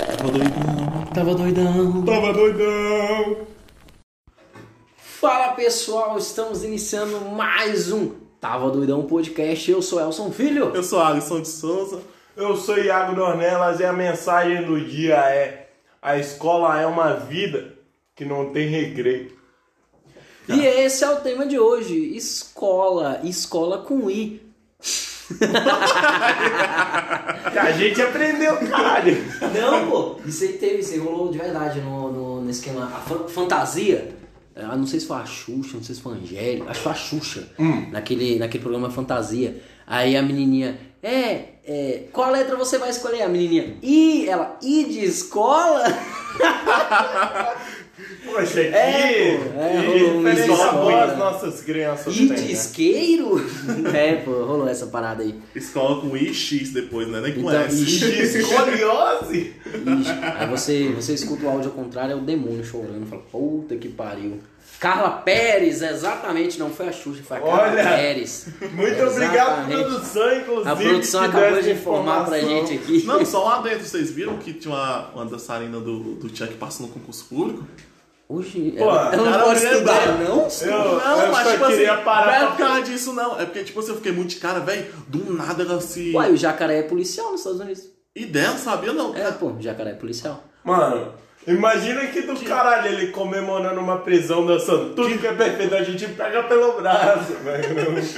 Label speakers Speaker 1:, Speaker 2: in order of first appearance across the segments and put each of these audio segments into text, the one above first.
Speaker 1: Tava doidão.
Speaker 2: Tava doidão.
Speaker 1: Tava doidão.
Speaker 2: Fala pessoal, estamos iniciando mais um Tava Doidão Podcast. Eu sou Elson Filho.
Speaker 1: Eu sou Alisson de Souza.
Speaker 3: Eu sou Iago Dornelas e a mensagem do dia é: a escola é uma vida que não tem recreio.
Speaker 2: E esse é o tema de hoje: escola. Escola com I.
Speaker 3: A gente aprendeu, caralho.
Speaker 2: Não, pô, isso aí teve, isso aí rolou de verdade no, no, no esquema. A fan- fantasia. Ah, não sei se foi a Xuxa, não sei se foi a Angélica, acho que foi a Xuxa, naquele, naquele programa Fantasia. Aí a menininha, é, é, qual letra você vai escolher? A menininha, I, ela, I de escola?
Speaker 3: Poxa, que,
Speaker 2: É, pô, é,
Speaker 3: que
Speaker 2: rolou um
Speaker 3: diferença
Speaker 2: escola
Speaker 3: boa
Speaker 2: boa,
Speaker 3: as
Speaker 2: né?
Speaker 3: nossas crianças
Speaker 2: I
Speaker 3: têm,
Speaker 2: de
Speaker 3: né?
Speaker 2: isqueiro? é, pô, rolou essa parada aí.
Speaker 1: Escola com IX depois, né? Nem com
Speaker 2: Então,
Speaker 1: S.
Speaker 2: IX.
Speaker 3: De escoliose?
Speaker 2: Ixi, Aí você, você escuta o áudio ao contrário, é o demônio chorando. Fala, puta que pariu. Carla Pérez, exatamente, não foi a Xuxa, foi a Carla
Speaker 3: Olha,
Speaker 2: Pérez.
Speaker 3: Muito obrigado,
Speaker 2: Exatamente.
Speaker 3: produção, inclusive.
Speaker 2: A produção
Speaker 3: que deu
Speaker 2: acabou
Speaker 3: essa
Speaker 2: de informar pra
Speaker 3: informação.
Speaker 2: gente aqui.
Speaker 1: Não, só lá dentro, vocês viram que tinha uma, uma dançarina do, do Tchan que passou no concurso público?
Speaker 2: Hoje,
Speaker 3: Pô,
Speaker 2: ela, ela não
Speaker 3: cara,
Speaker 2: pode
Speaker 3: mulher
Speaker 2: estudar,
Speaker 3: dá.
Speaker 2: não? tipo assim,
Speaker 3: Eu, eu só queria
Speaker 1: não é
Speaker 2: tá
Speaker 3: parar
Speaker 1: por
Speaker 3: pra...
Speaker 1: causa disso, não. É porque, tipo assim, eu fiquei muito de cara, velho. Do nada ela se.
Speaker 2: Uai, o jacaré é policial nos Estados Unidos.
Speaker 1: E dela, sabia não?
Speaker 2: É, pô, o jacaré é policial.
Speaker 3: Mano, imagina que do caralho ele comemorando uma prisão dançando. Tudo que é perfeito a gente pega pelo braço, velho.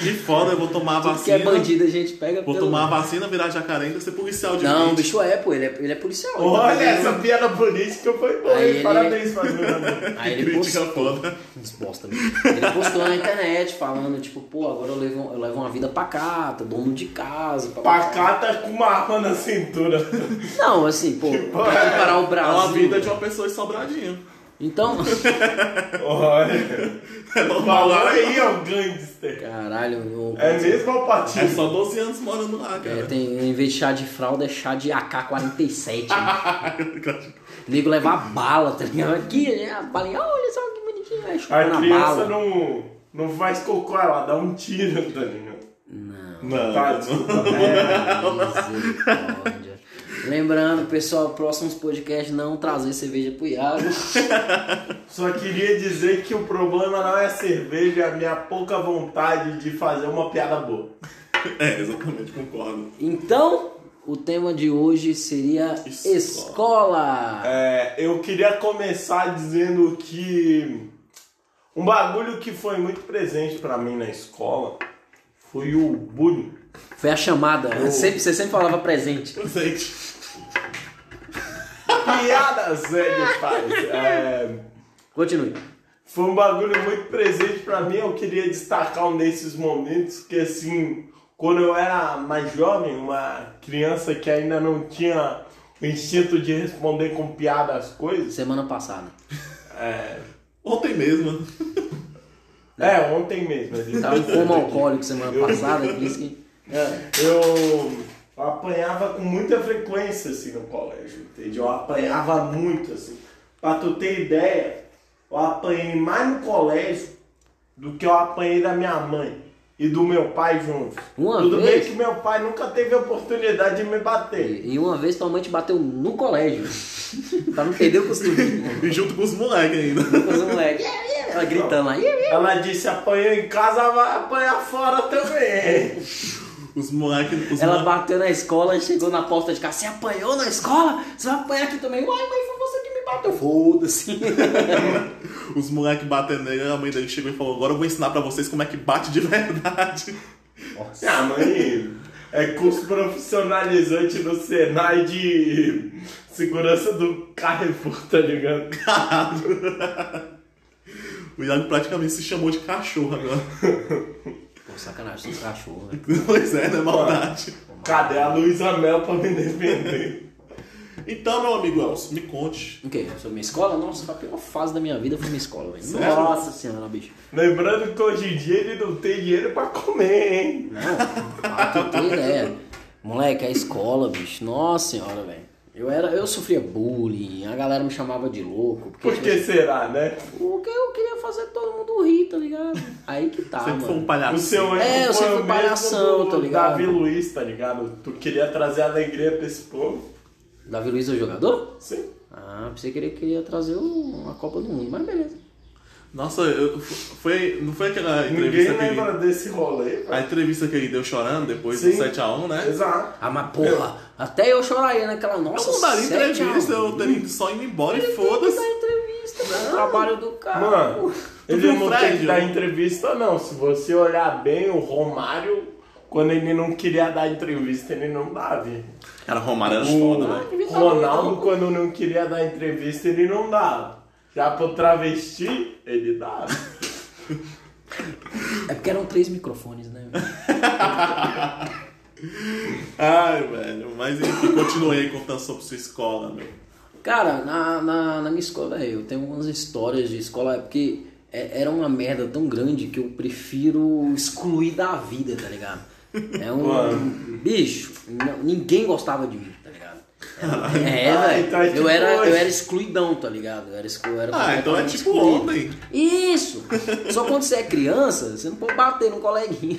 Speaker 1: Que foda, eu vou tomar a
Speaker 2: Tudo que
Speaker 1: vacina.
Speaker 2: é bandido a gente pega
Speaker 1: Vou
Speaker 2: pelo-
Speaker 1: tomar a vacina, virar jacaré e ainda ser policial de
Speaker 2: Não, o
Speaker 1: vez.
Speaker 2: bicho é, pô, ele é, ele é policial. ele tá
Speaker 3: Olha,
Speaker 2: fazendo-
Speaker 3: essa piada política foi boa,
Speaker 2: Aí
Speaker 3: hein?
Speaker 2: ele-
Speaker 3: Parabéns, Fazenda.
Speaker 2: Aí
Speaker 1: Que
Speaker 2: ele
Speaker 1: crítica
Speaker 2: postou,
Speaker 1: foda.
Speaker 2: uns bosta mesmo. Ele postou na internet falando, tipo, pô, agora eu levo, eu levo uma vida pacata, dono de casa. pá, pá, pá.
Speaker 3: Pacata com uma arma na cintura.
Speaker 2: Não, assim, pô, pra comparar o
Speaker 1: É uma
Speaker 2: Brasil.
Speaker 1: vida de uma pessoa em Sobradinho.
Speaker 2: Então,
Speaker 3: Olha.
Speaker 1: É normal
Speaker 3: Falou
Speaker 2: né?
Speaker 1: lá.
Speaker 3: aí, ó, gangster.
Speaker 2: caralho, meu.
Speaker 3: É mesmo ao
Speaker 1: É
Speaker 3: partido.
Speaker 1: só 12 anos morando lá,
Speaker 2: É,
Speaker 1: cara.
Speaker 2: tem, em vez de chá de fralda, é chá de AK-47. Né? O nego levar bala, tá ligado? Aqui, né? A bala, olha só que bonitinho, vai
Speaker 3: A
Speaker 2: chupando a
Speaker 3: criança
Speaker 2: bala. Não...
Speaker 3: não, não faz cocô, ela dá um tiro, tá ligado?
Speaker 1: Não.
Speaker 3: Tá, desculpa.
Speaker 2: É, Misericórdia. Lembrando, pessoal, próximos podcasts não trazer cerveja pro Iago.
Speaker 3: Só queria dizer que o problema não é a cerveja, é a minha pouca vontade de fazer uma piada boa.
Speaker 1: É, exatamente, concordo.
Speaker 2: Então, o tema de hoje seria escola.
Speaker 1: Escola.
Speaker 3: É, eu queria começar dizendo que um bagulho que foi muito presente pra mim na escola foi o bullying.
Speaker 2: Foi a chamada. Sempre, você sempre falava presente.
Speaker 1: Presente.
Speaker 3: Piada séria, faz. É,
Speaker 2: Continue.
Speaker 3: foi um bagulho muito presente pra mim. Eu queria destacar um desses momentos que, assim, quando eu era mais jovem, uma criança que ainda não tinha o instinto de responder com piada as coisas.
Speaker 2: Semana passada.
Speaker 3: É,
Speaker 1: Ontem mesmo.
Speaker 3: é, ontem mesmo. a gente
Speaker 2: Tava em
Speaker 3: tava
Speaker 2: coma alcoólico semana passada, que disse que.
Speaker 3: É, eu apanhava com muita frequência assim no colégio, entende? Eu apanhava muito assim. Pra tu ter ideia, eu apanhei mais no colégio do que eu apanhei da minha mãe e do meu pai juntos.
Speaker 2: Uma
Speaker 3: Tudo
Speaker 2: vez?
Speaker 3: bem que meu pai nunca teve a oportunidade de me bater.
Speaker 2: E uma vez tua mãe te bateu no colégio. pra não perder o costume.
Speaker 1: E junto com os moleques ainda.
Speaker 2: Depois o moleque. "Yeah, yeah", Ela gritando lá. "Yeah, yeah".
Speaker 3: Ela disse, apanhou em casa, vai apanhar fora também.
Speaker 1: Os moleques. Os
Speaker 2: Ela
Speaker 1: moleque...
Speaker 2: bateu na escola e chegou na porta de casa. Você apanhou na escola? Você vai apanhar aqui também. Uai, mãe, foi você que me bateu. Foda-se.
Speaker 1: Os moleque batendo nele, a mãe dele chegou e falou: Agora eu vou ensinar pra vocês como é que bate de verdade.
Speaker 3: Minha mãe é curso profissionalizante no Senai de segurança do Carrefour, tá ligado?
Speaker 1: O Iago praticamente se chamou de cachorro agora.
Speaker 2: Pô, sacanagem, são cachorro, velho.
Speaker 1: pois é, né? Maldade.
Speaker 3: Cadê a Luísa Mel pra me defender?
Speaker 1: Então, meu amigo Elcio, me conte.
Speaker 2: O quê? Sobre minha escola? Nossa, a pior fase da minha vida foi minha escola, velho.
Speaker 1: Sério?
Speaker 2: Nossa senhora, bicho.
Speaker 3: Lembrando que hoje em dia ele não tem dinheiro pra comer, hein?
Speaker 2: Não, pra tu ter ideia. Moleque, é a escola, bicho. Nossa senhora, velho. Eu era, eu sofria bullying, a galera me chamava de louco. Porque,
Speaker 3: Por que será, né?
Speaker 2: Porque eu queria fazer é todo mundo rir, tá ligado? Aí que tá,
Speaker 1: Sempre foi um
Speaker 2: mano.
Speaker 1: palhaço.
Speaker 3: Ah, O seu
Speaker 2: É, eu
Speaker 3: erro foi
Speaker 2: sempre fui
Speaker 3: o mesmo
Speaker 2: palhação,
Speaker 3: do
Speaker 2: tá ligado?
Speaker 3: Davi Luiz, tá ligado? Tu queria trazer alegria pra esse povo.
Speaker 2: Davi Luiz é o jogador?
Speaker 3: Sim.
Speaker 2: Ah, pensei que ele queria trazer o- uma Copa do Mundo, mas beleza.
Speaker 1: Nossa, eu, foi, não foi aquela
Speaker 3: Ninguém
Speaker 1: entrevista que ele,
Speaker 3: lembra desse rolê. cara.
Speaker 1: a entrevista que ele deu chorando depois
Speaker 3: Sim.
Speaker 1: do 7x1, né?
Speaker 3: Exato.
Speaker 2: Ah, mas porra, até eu choraria naquela
Speaker 1: Eu
Speaker 2: nossa.
Speaker 1: não daria
Speaker 2: sete a um.
Speaker 1: entrevista, eu teria só indo embora e
Speaker 2: Tem que dar
Speaker 1: foda-se.
Speaker 2: entrevista, mano. Trabalho do cara.
Speaker 3: Mano,
Speaker 1: viu
Speaker 3: ele
Speaker 1: o
Speaker 3: não
Speaker 1: Fred,
Speaker 3: tem que dar
Speaker 1: o-
Speaker 3: entrevista, não. Se você olhar bem, o Romário, quando ele não queria dar entrevista, ele não dava.
Speaker 1: Cara, Romário era foda, velho.
Speaker 3: O Ronaldo, quando não queria dar entrevista, ele não dava. Já pro travesti, ele dava.
Speaker 2: É porque eram três microfones, né?
Speaker 1: Ai, velho. Mas enfim, continuei aí contando sobre sua escola, meu.
Speaker 2: Cara, na, na, na minha escola, velho, eu tenho algumas histórias de escola, é porque é- era uma merda tão grande que eu prefiro excluir da vida, tá ligado? É um. Bicho, não- ninguém gostava de mim, tá ligado? Era-
Speaker 3: Ah,
Speaker 2: É,
Speaker 3: então é
Speaker 2: velho.
Speaker 3: tipo
Speaker 2: Eu era,
Speaker 3: hoje.
Speaker 2: eu era excluidão, tá ligado? Eu era, exclu, eu era
Speaker 1: tá Ah, então é
Speaker 2: completamente
Speaker 1: tipo
Speaker 2: excluído.
Speaker 1: ontem.
Speaker 2: Isso! Só quando você é criança, você não pode bater num coleguinha.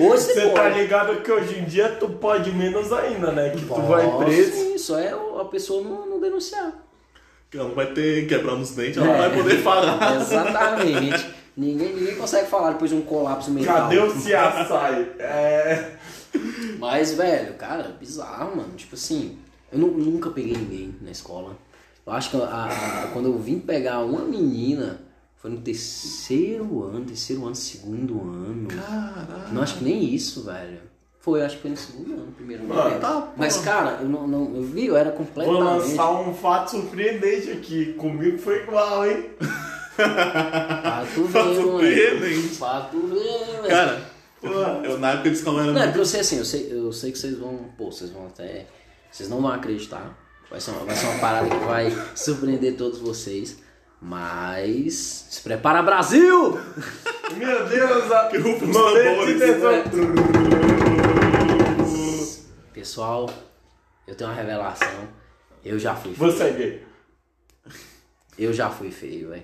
Speaker 2: Hoje você
Speaker 3: Você tá
Speaker 2: pode.
Speaker 3: ligado que hoje em dia tu pode menos ainda, né? Que tu vai
Speaker 2: Nossa,
Speaker 3: preso.
Speaker 2: Sim, só é o- a pessoa não, não denunciar.
Speaker 1: Ela não vai ter quebrando os dentes, ela não
Speaker 2: É.
Speaker 1: vai poder falar.
Speaker 2: Exatamente. ninguém, ninguém consegue falar depois de um colapso mental.
Speaker 3: Cadê o Ciaçai? É.
Speaker 2: Mas, velho, cara, é bizarro, mano. Tipo assim, eu nu- nunca peguei ninguém na escola. Eu acho que a- a- quando eu vim pegar uma menina, foi no terceiro ano, terceiro ano, segundo ano.
Speaker 1: Caralho.
Speaker 2: Não, acho que nem isso, velho. Foi, acho que foi no segundo ano, primeiro ano.
Speaker 3: Mano,
Speaker 2: né?
Speaker 1: tá,
Speaker 2: Mas, cara, eu não, não- eu vi, eu era
Speaker 3: Vou
Speaker 2: completamente.
Speaker 3: lançar um fato surpreendente aqui. Comigo foi igual, hein?
Speaker 2: Fato
Speaker 1: Fato
Speaker 2: vendo,
Speaker 1: vendo.
Speaker 2: mano. Fato vendo.
Speaker 1: Cara,
Speaker 3: Pô.
Speaker 1: eu na época de escola era
Speaker 2: Não, é
Speaker 1: muito.
Speaker 2: porque eu sei assim, eu sei, eu sei que vocês vão. Pô, vocês vão até. Vocês não vão acreditar. Vai ser, uma, vai ser uma parada que vai surpreender todos vocês. Mas. Se prepara, Brasil!
Speaker 3: Meu Deus, a...
Speaker 1: Que rufam os
Speaker 3: momento de
Speaker 1: tambores,
Speaker 3: tensão.
Speaker 2: Pessoal, eu tenho uma revelação. Eu já fui feio.
Speaker 3: Você é gay.
Speaker 2: Eu já fui feio, velho.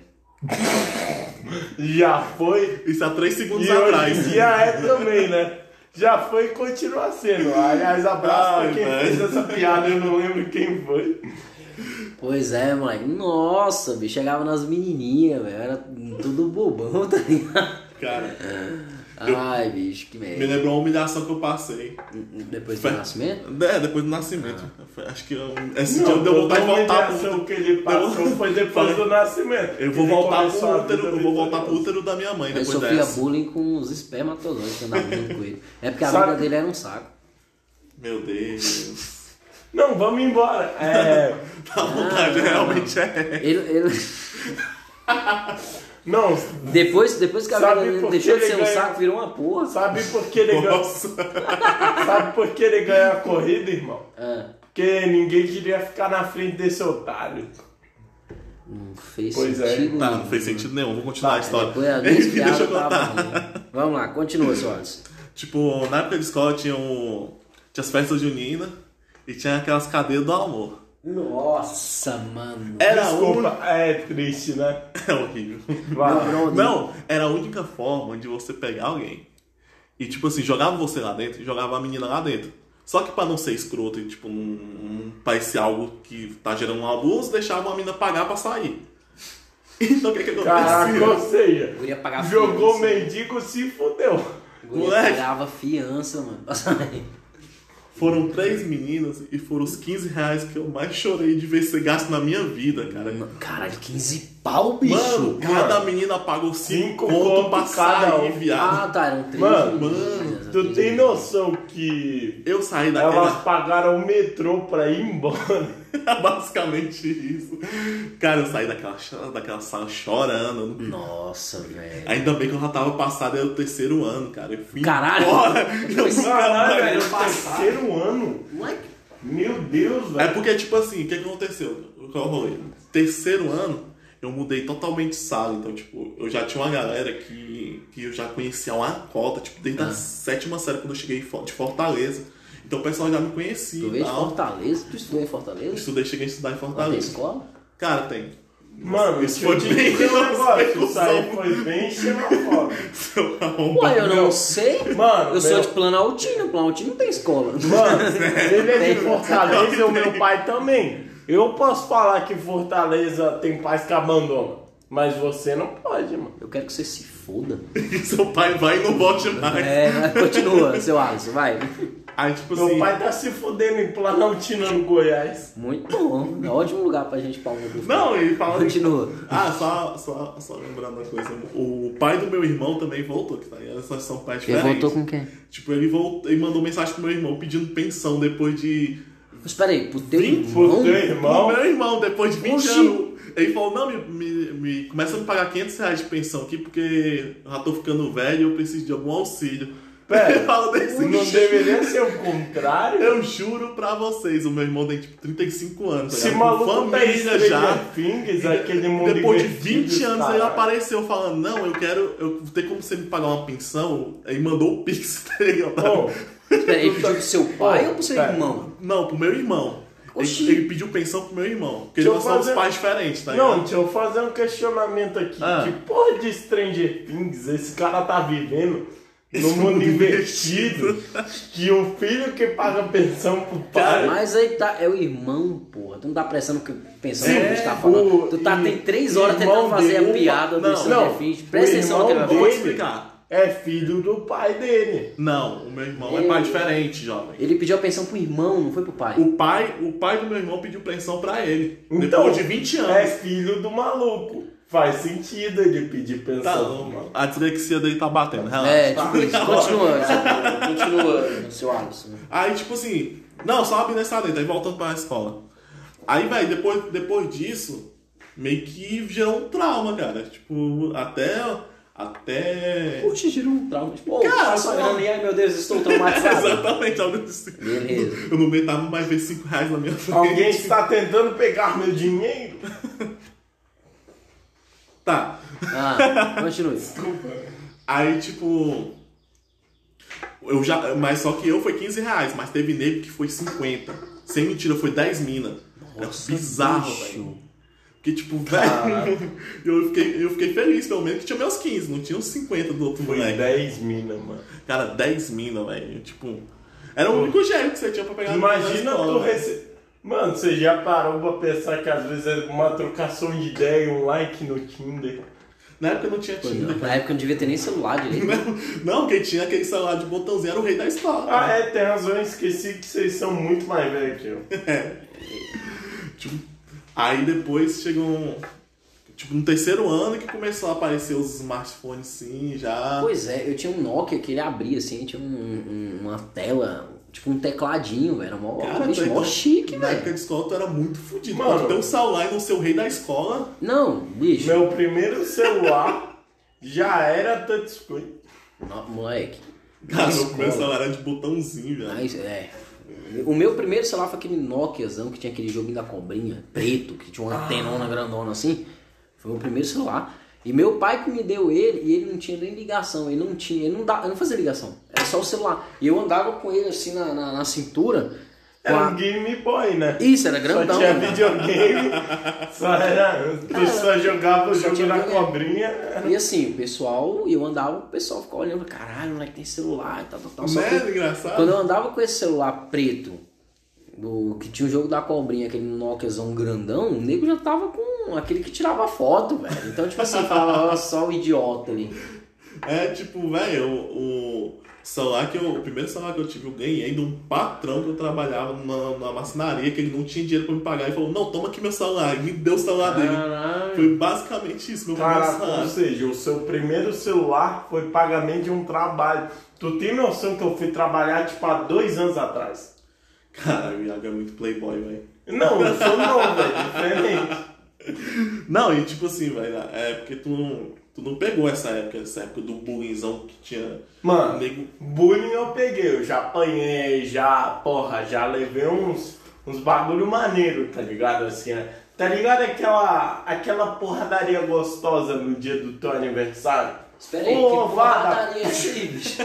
Speaker 3: Já foi.
Speaker 1: Isso há três segundos
Speaker 3: E
Speaker 1: atrás.
Speaker 3: hoje em dia é também, né? Já foi e continua sendo. Aliás, abraço pra
Speaker 1: Ai,
Speaker 3: quem
Speaker 1: velho.
Speaker 3: fez essa piada, eu não lembro quem foi.
Speaker 2: Pois é, moleque. Nossa, bicho, chegava nas menininhas, velho. Era tudo bobão, tá ligado?
Speaker 1: Cara,
Speaker 2: Ai, bicho, que
Speaker 1: me
Speaker 2: merda.
Speaker 1: lembrou a humilhação que eu passei.
Speaker 2: Depois do nascimento?
Speaker 1: É, depois do nascimento. Acho que eu- esse
Speaker 3: Ah. Não,
Speaker 1: dia deu vontade de voltar pro
Speaker 3: humilhação
Speaker 1: útero.
Speaker 3: que ele passou
Speaker 1: Deu-
Speaker 3: foi depois
Speaker 1: Falei,
Speaker 3: do nascimento.
Speaker 1: Eu vou
Speaker 3: Ele
Speaker 1: voltar
Speaker 3: começou a
Speaker 1: pro útero,
Speaker 3: vida
Speaker 1: eu vou voltar pro
Speaker 3: vitoriosa.
Speaker 1: útero da minha mãe
Speaker 2: Eu
Speaker 1: depois
Speaker 2: sofria
Speaker 1: dessa.
Speaker 2: bullying com os espermatozoides que andavam junto com ele. É porque a
Speaker 3: Sabe-
Speaker 2: vida dele era um saco.
Speaker 1: Meu Deus.
Speaker 3: Não, vamos embora. É,
Speaker 1: A vontade
Speaker 2: Ah.
Speaker 1: realmente é.
Speaker 2: Ele, ele-
Speaker 3: não,
Speaker 2: depois, depois que a
Speaker 3: Sabe
Speaker 2: vida
Speaker 3: por
Speaker 2: dele deixou
Speaker 3: que
Speaker 2: de ser
Speaker 3: ele é-
Speaker 2: um
Speaker 3: ganha-
Speaker 2: saco, virou uma porra.
Speaker 3: sabe por que ele ganha,
Speaker 1: Nossa.
Speaker 3: sabe por que ele ganha a corrida, irmão?
Speaker 2: Ah,
Speaker 3: Porque ninguém queria ficar na frente desse otário.
Speaker 2: não fez
Speaker 3: Pois é.
Speaker 2: sentido.
Speaker 1: Tá, não
Speaker 2: nenhum.
Speaker 1: fez sentido nenhum. Vou continuar a história.
Speaker 2: Depois a minha
Speaker 1: Deixa
Speaker 2: piada
Speaker 1: eu
Speaker 2: tava
Speaker 1: contar.
Speaker 2: ruim. Vamos lá, continua, Soares.
Speaker 1: Tipo, na época de escola tinha, um, tinha as festas juninas e tinha aquelas cadeiras do amor.
Speaker 2: Nossa, mano.
Speaker 1: Era a única.
Speaker 3: Desculpa, é triste, né?
Speaker 1: É horrível.
Speaker 3: Vai. lá.
Speaker 2: Lembrou, né?
Speaker 1: Não, era a única forma de você pegar alguém. E tipo assim, jogava você lá dentro e jogava a menina lá dentro. Só que pra não ser escroto e tipo, não, não parecer algo que tá gerando um abuso, deixava a menina pagar pra sair. Então o que que
Speaker 3: Caraca, ou
Speaker 1: acontecia?
Speaker 3: seja,
Speaker 2: Eu ia pagar
Speaker 3: jogou
Speaker 2: fiança.
Speaker 3: mendigo, se fudeu.
Speaker 2: O guri
Speaker 1: moleque.
Speaker 2: pagava fiança, mano.
Speaker 1: Foram três meninas e foram os 15 reais que eu mais chorei de ver ser gasto na minha vida, cara.
Speaker 2: Caralho, 15 pau, bicho.
Speaker 1: Mano, cada menina pagou
Speaker 3: Cinco
Speaker 1: 5
Speaker 3: conto
Speaker 1: conto pra
Speaker 3: cada
Speaker 1: sair,
Speaker 3: um.
Speaker 1: viado.
Speaker 2: ah, tá, eram três.
Speaker 3: Mano,
Speaker 1: mano,
Speaker 3: Tu tem noção que
Speaker 1: Eu saí daquela. é
Speaker 3: elas pagaram o metrô pra ir embora?
Speaker 1: Basicamente isso. Cara, eu saí daquela, cho- daquela sala chorando.
Speaker 2: Nossa, velho.
Speaker 1: Ainda bem que eu já tava passado era o terceiro ano, cara. Eu fui
Speaker 2: Caralho.
Speaker 1: embora. Eu nunca
Speaker 3: Caralho,
Speaker 1: mais-
Speaker 3: velho,
Speaker 2: passado.
Speaker 3: terceiro ano.
Speaker 2: Moleque.
Speaker 3: Meu Deus,
Speaker 1: É
Speaker 3: velho.
Speaker 1: porque, tipo assim, o que que aconteceu? Qual é rolê? Terceiro ano, eu mudei totalmente de sala. Então, tipo, eu já tinha uma galera que, que eu já conhecia uma cota, tipo, desde
Speaker 2: Ah.
Speaker 1: a sétima série, quando eu cheguei fo- de Fortaleza. Então o pessoal já me conhecia
Speaker 2: Tu
Speaker 1: e
Speaker 2: veio de
Speaker 1: tal.
Speaker 2: Fortaleza? Tu estudou em
Speaker 1: Eu
Speaker 2: Fortaleza?
Speaker 1: estudei, cheguei a estudar em
Speaker 2: Lá na
Speaker 1: Fortaleza.
Speaker 2: escola?
Speaker 1: Cara, tem.
Speaker 3: Mano,
Speaker 1: Isso
Speaker 3: isso
Speaker 1: foi
Speaker 3: foi
Speaker 1: bem
Speaker 3: um negócio. Isso aí
Speaker 1: percussão.
Speaker 3: foi bem xenofóbico.
Speaker 1: Seu é um arrombado.
Speaker 2: Ué, eu não sei.
Speaker 3: Mano,
Speaker 2: eu sou
Speaker 3: meu-
Speaker 2: de Planaltino. Planaltino não tem escola.
Speaker 3: Mano, ele é de
Speaker 2: Tem.
Speaker 3: Fortaleza e o meu pai também. Eu posso falar que Fortaleza tem pais que abandonam, mas você não pode, mano.
Speaker 2: Eu quero que você se foda.
Speaker 1: E seu pai vai e não volte mais.
Speaker 2: É, mas continua, seu Alisson, vai.
Speaker 1: Aí, tipo
Speaker 3: Meu
Speaker 1: assim.
Speaker 3: pai tá se fudendo em Planaltina no Goiás.
Speaker 2: Muito bom. É ótimo lugar pra gente palmar.
Speaker 1: Não, e fala.
Speaker 2: Continua.
Speaker 1: Ah, só, só, só lembrando uma coisa. O pai do meu irmão também voltou, que tá aí. Essas são pais
Speaker 2: Ele
Speaker 1: diferentes.
Speaker 2: voltou com quem?
Speaker 1: Tipo, ele, voltou, ele mandou mensagem pro meu irmão pedindo pensão depois de.
Speaker 2: Mas peraí, pro teu
Speaker 1: Vim
Speaker 2: irmão?
Speaker 3: Fudeu, irmão.
Speaker 1: Pro meu irmão, depois de 20
Speaker 2: Oxi.
Speaker 1: anos. Ele falou: não, me, me, me- começa a me pagar 500 reais de pensão aqui porque eu já tô ficando velho e eu preciso de algum auxílio.
Speaker 3: Pera.
Speaker 1: Ele fala desse
Speaker 3: Não deveria ser o contrário?
Speaker 1: Eu juro pra vocês, o meu irmão tem tipo 35 anos. tá
Speaker 3: Se
Speaker 1: ligado?
Speaker 3: maluco
Speaker 1: Com
Speaker 3: tá
Speaker 1: família já.
Speaker 3: já. Fingers, aquele mundo
Speaker 1: Depois de
Speaker 3: invertido,
Speaker 1: 20 anos ele
Speaker 3: cara.
Speaker 1: apareceu falando, não, eu quero. Eu tem como você me pagar uma pensão? Aí mandou o Pix, tá ligado?
Speaker 3: Ô,
Speaker 2: Peraí, ele pediu pro seu pai
Speaker 3: Ô,
Speaker 2: ou pro seu
Speaker 3: pera.
Speaker 2: irmão?
Speaker 1: Não, pro meu irmão.
Speaker 2: Oxi.
Speaker 1: Ele, ele pediu pensão pro meu irmão. Porque
Speaker 3: Deixa eu
Speaker 1: nós somos
Speaker 3: fazer-
Speaker 1: pais diferentes, tá
Speaker 3: Não,
Speaker 1: ligado?
Speaker 3: deixa eu fazer um questionamento aqui.
Speaker 1: Ah.
Speaker 3: Que porra de Stranger Things esse cara tá vivendo
Speaker 1: Esse
Speaker 3: no mundo
Speaker 1: mundo
Speaker 3: invertido que o filho que paga pensão pro pai.
Speaker 2: Mas aí tá, é o irmão, porra. Tu não tá prestando que pensando no
Speaker 3: Sim,
Speaker 2: que a gente tá falando.
Speaker 3: o-
Speaker 2: Tu tá
Speaker 3: e-
Speaker 2: tem três horas
Speaker 3: irmão
Speaker 2: tentando fazer
Speaker 3: dele,
Speaker 2: a piada
Speaker 1: não,
Speaker 2: do Stranger
Speaker 3: não,
Speaker 2: Things.
Speaker 3: o
Speaker 2: é Presta atenção no que ele
Speaker 3: irmão
Speaker 2: vai
Speaker 1: Vou
Speaker 2: falar.
Speaker 3: dele-
Speaker 1: explicar.
Speaker 3: É filho do pai dele.
Speaker 1: Não, o meu irmão é pai
Speaker 2: Ei.
Speaker 1: diferente, jovem.
Speaker 2: Ele pediu a pensão pro irmão, não foi pro pai.
Speaker 1: O pai, o pai do meu irmão pediu pensão pra ele.
Speaker 3: Então,
Speaker 1: depois de 20 anos.
Speaker 3: É filho do maluco. Faz sentido ele pedir
Speaker 1: Tá,
Speaker 3: pensão pro maluco.
Speaker 1: a dislexia dele tá batendo, relaxa. Tá.
Speaker 2: É, tipo isso. Continua, continua, seu Alisson.
Speaker 1: Aí, tipo assim, não, só abre nessa letra, aí voltando pra escola. Aí, vai depois, depois disso, meio que gerou um trauma, cara. Tipo, até. Até.
Speaker 2: Puxa, gerou um trauma. Tipo,
Speaker 1: Cara,
Speaker 2: cara,
Speaker 1: só-
Speaker 2: só grana e ai meu Deus, estou traumatizado.
Speaker 1: Exatamente, algo assim.
Speaker 2: Beleza.
Speaker 1: Eu não metava mais ver 5 reais na minha frente.
Speaker 3: Alguém está tentando pegar meu dinheiro?
Speaker 1: Tá.
Speaker 2: Ah, continue.
Speaker 1: Aí, tipo. Eu já, mas só que eu foi 15 reais, mas teve nego que foi 50. Sem mentira, foi 10 mina. Era bizarro,
Speaker 2: bicho.
Speaker 1: velho. Porque, tipo, velho, eu fiquei, eu fiquei feliz, pelo menos, que tinha meus 15, não tinha os 50 do outro
Speaker 3: Foi
Speaker 1: moleque.
Speaker 3: 10 mina, mano.
Speaker 1: Cara, 10 mina, velho. Tipo, era o único jeito que você tinha pra pegar na
Speaker 3: Imagina tu
Speaker 1: escola.
Speaker 3: receber. Mano, você já parou pra pensar que às vezes é uma trocação de ideia, um like no Tinder?
Speaker 1: Na época não tinha
Speaker 3: é.
Speaker 1: Tinder,
Speaker 2: Na
Speaker 1: cara.
Speaker 2: época eu não devia ter nem celular direito.
Speaker 1: Não, quem tinha aquele celular de botãozinho era o rei da escola.
Speaker 3: Ah, é, tem razão, esqueci que vocês são muito mais velhos que eu.
Speaker 1: Aí depois chegou um. Tipo, no terceiro ano que começou a aparecer os smartphones, sim, já.
Speaker 2: Pois é, eu tinha um Nokia que ele abria assim, tinha um- um- uma tela, tipo um tecladinho, velho. Era mó,
Speaker 1: Cara,
Speaker 2: bicho,
Speaker 1: tu-
Speaker 2: mó chique,
Speaker 1: Na época
Speaker 2: velho.
Speaker 1: de escola, tu era muito fodido.
Speaker 3: Mano.
Speaker 1: Mano, tu deu um celular e não ser o rei da escola.
Speaker 2: Não, bicho.
Speaker 3: Meu primeiro celular já era touchscreen.
Speaker 2: No- moleque.
Speaker 1: Cara,
Speaker 2: na
Speaker 1: o meu
Speaker 2: escola,
Speaker 1: celular era de botãozinho, já.
Speaker 2: mas, é. O meu primeiro celular foi aquele Nokiazão que tinha aquele joguinho da cobrinha, preto, que tinha uma
Speaker 3: Ah.
Speaker 2: antenona grandona assim. Foi o meu primeiro celular. E meu pai que me deu ele, e ele não tinha nem ligação, ele não tinha, ele não, dava, ele não fazia ligação, era só o celular. E eu andava com ele assim na, na, na cintura. Com
Speaker 3: Era
Speaker 2: a...
Speaker 3: um Game Boy, né?
Speaker 2: Isso, era
Speaker 3: Só
Speaker 2: grandão. né?
Speaker 3: tinha videogame, só era. Tu só jogava o
Speaker 2: só
Speaker 3: jogo
Speaker 2: tinha
Speaker 3: na
Speaker 2: videogame.
Speaker 3: cobrinha.
Speaker 2: E assim, o pessoal, eu andava, o pessoal ficava olhando, caralho, moleque tem celular e tal, tal, tal. Só
Speaker 1: Né?
Speaker 2: que
Speaker 1: Engraçado.
Speaker 2: quando eu andava com esse celular preto, do, que tinha o jogo da cobrinha, aquele Nokiazão grandão, o nego já tava com aquele que tirava foto, velho. Então, tipo assim, falava "Olha só o idiota ali.
Speaker 1: É tipo, velho, o, o celular que eu. O primeiro celular que eu tive, eu ganhei de um patrão que eu trabalhava na, na marcenaria, que ele não tinha dinheiro pra me pagar. Ele falou, não, toma aqui meu celular. E me deu o celular dele.
Speaker 2: Caralho.
Speaker 1: Foi basicamente isso, meu primeiro
Speaker 3: Caraca, ou
Speaker 1: celular.
Speaker 3: seja, o seu primeiro celular foi pagamento de um trabalho. Tu tem noção que eu fui trabalhar, tipo, há dois anos atrás?
Speaker 1: Cara, o Iago é muito playboy, velho.
Speaker 3: Não, eu sou não, velho, diferente.
Speaker 1: Não, e tipo assim, velho, é porque tu não, tu não pegou essa época, essa época do bullyingzão que tinha.
Speaker 3: Mano,
Speaker 1: Nego-
Speaker 3: bullying eu peguei, eu já apanhei, já, porra, já levei uns, uns bagulho maneiro, tá ligado? Assim, né? Tá ligado aquela, aquela porradaria gostosa no dia do teu aniversário?
Speaker 2: Espera
Speaker 3: Ô,
Speaker 2: aí, que porra
Speaker 3: vada.
Speaker 2: padaria é esse aí, bicho?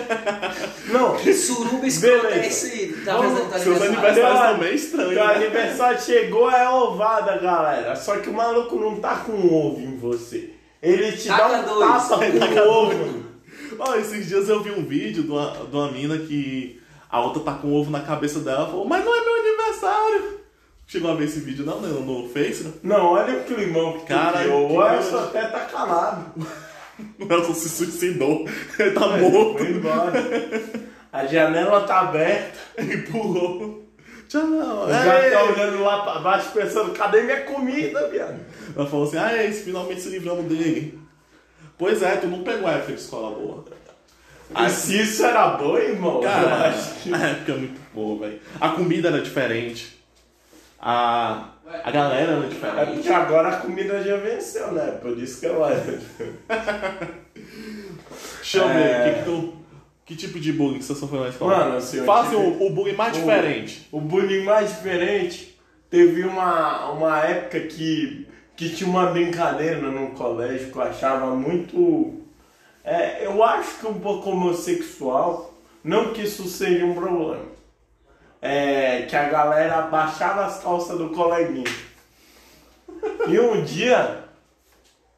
Speaker 3: Não,
Speaker 2: Que suruba escrota
Speaker 3: Beleza.
Speaker 2: é esse aí? Tá
Speaker 3: Vamos-
Speaker 2: apresentando
Speaker 1: Seus
Speaker 2: aniversário.
Speaker 1: aniversários
Speaker 3: Teu
Speaker 1: são
Speaker 3: an-
Speaker 1: meio estranhos,
Speaker 3: Teu
Speaker 1: né?
Speaker 3: aniversário chegou, é ovada, galera. Só que o maluco não tá com ovo em você. Ele te
Speaker 2: Taca
Speaker 3: dá um
Speaker 2: dois.
Speaker 3: tapa
Speaker 1: Taca
Speaker 3: com ovo.
Speaker 1: Ó, esses dias eu vi um vídeo de uma, de uma mina que a outra tá com ovo na cabeça dela falou, mas não é meu aniversário. Chegou a ver esse vídeo não, né, no Face, né?
Speaker 3: Não, olha o climão que
Speaker 1: Cara,
Speaker 3: cara, criou.
Speaker 1: que
Speaker 3: O
Speaker 1: coisa.
Speaker 3: Elson até tá calado.
Speaker 1: O Nelson se suicidou. Ele tá
Speaker 3: Foi
Speaker 1: morto.
Speaker 3: embora. A janela tá aberta.
Speaker 1: Empurrou. Tchau. É,
Speaker 3: O cara
Speaker 1: Ei.
Speaker 3: tá olhando lá pra baixo pensando, cadê minha comida, viado?
Speaker 1: Ela falou assim, ah, eles finalmente se livramos dele. Pois é, tu não pegou a época de escola boa.
Speaker 3: Ah, se isso era bom, irmão, eu
Speaker 1: Cara,
Speaker 3: acho que...
Speaker 1: a época é muito boa, velho. A comida era diferente. A, a galera era
Speaker 3: É
Speaker 1: diferente.
Speaker 3: porque agora a comida já venceu, né? Por isso que eu acho.
Speaker 1: Deixa eu ver,
Speaker 3: É.
Speaker 1: que, que, tu- que tipo de bullying que você sofreu na escola?
Speaker 3: Mano, assim, eu
Speaker 1: Faça
Speaker 3: tive- um
Speaker 1: o, o bullying mais
Speaker 3: o-
Speaker 1: diferente.
Speaker 3: O bullying mais diferente teve uma, uma época que, que tinha uma brincadeira no colégio que eu achava muito. é, eu acho que um pouco homossexual, não que isso seja um problema. É, que a galera baixava as calças do coleguinha. E um dia,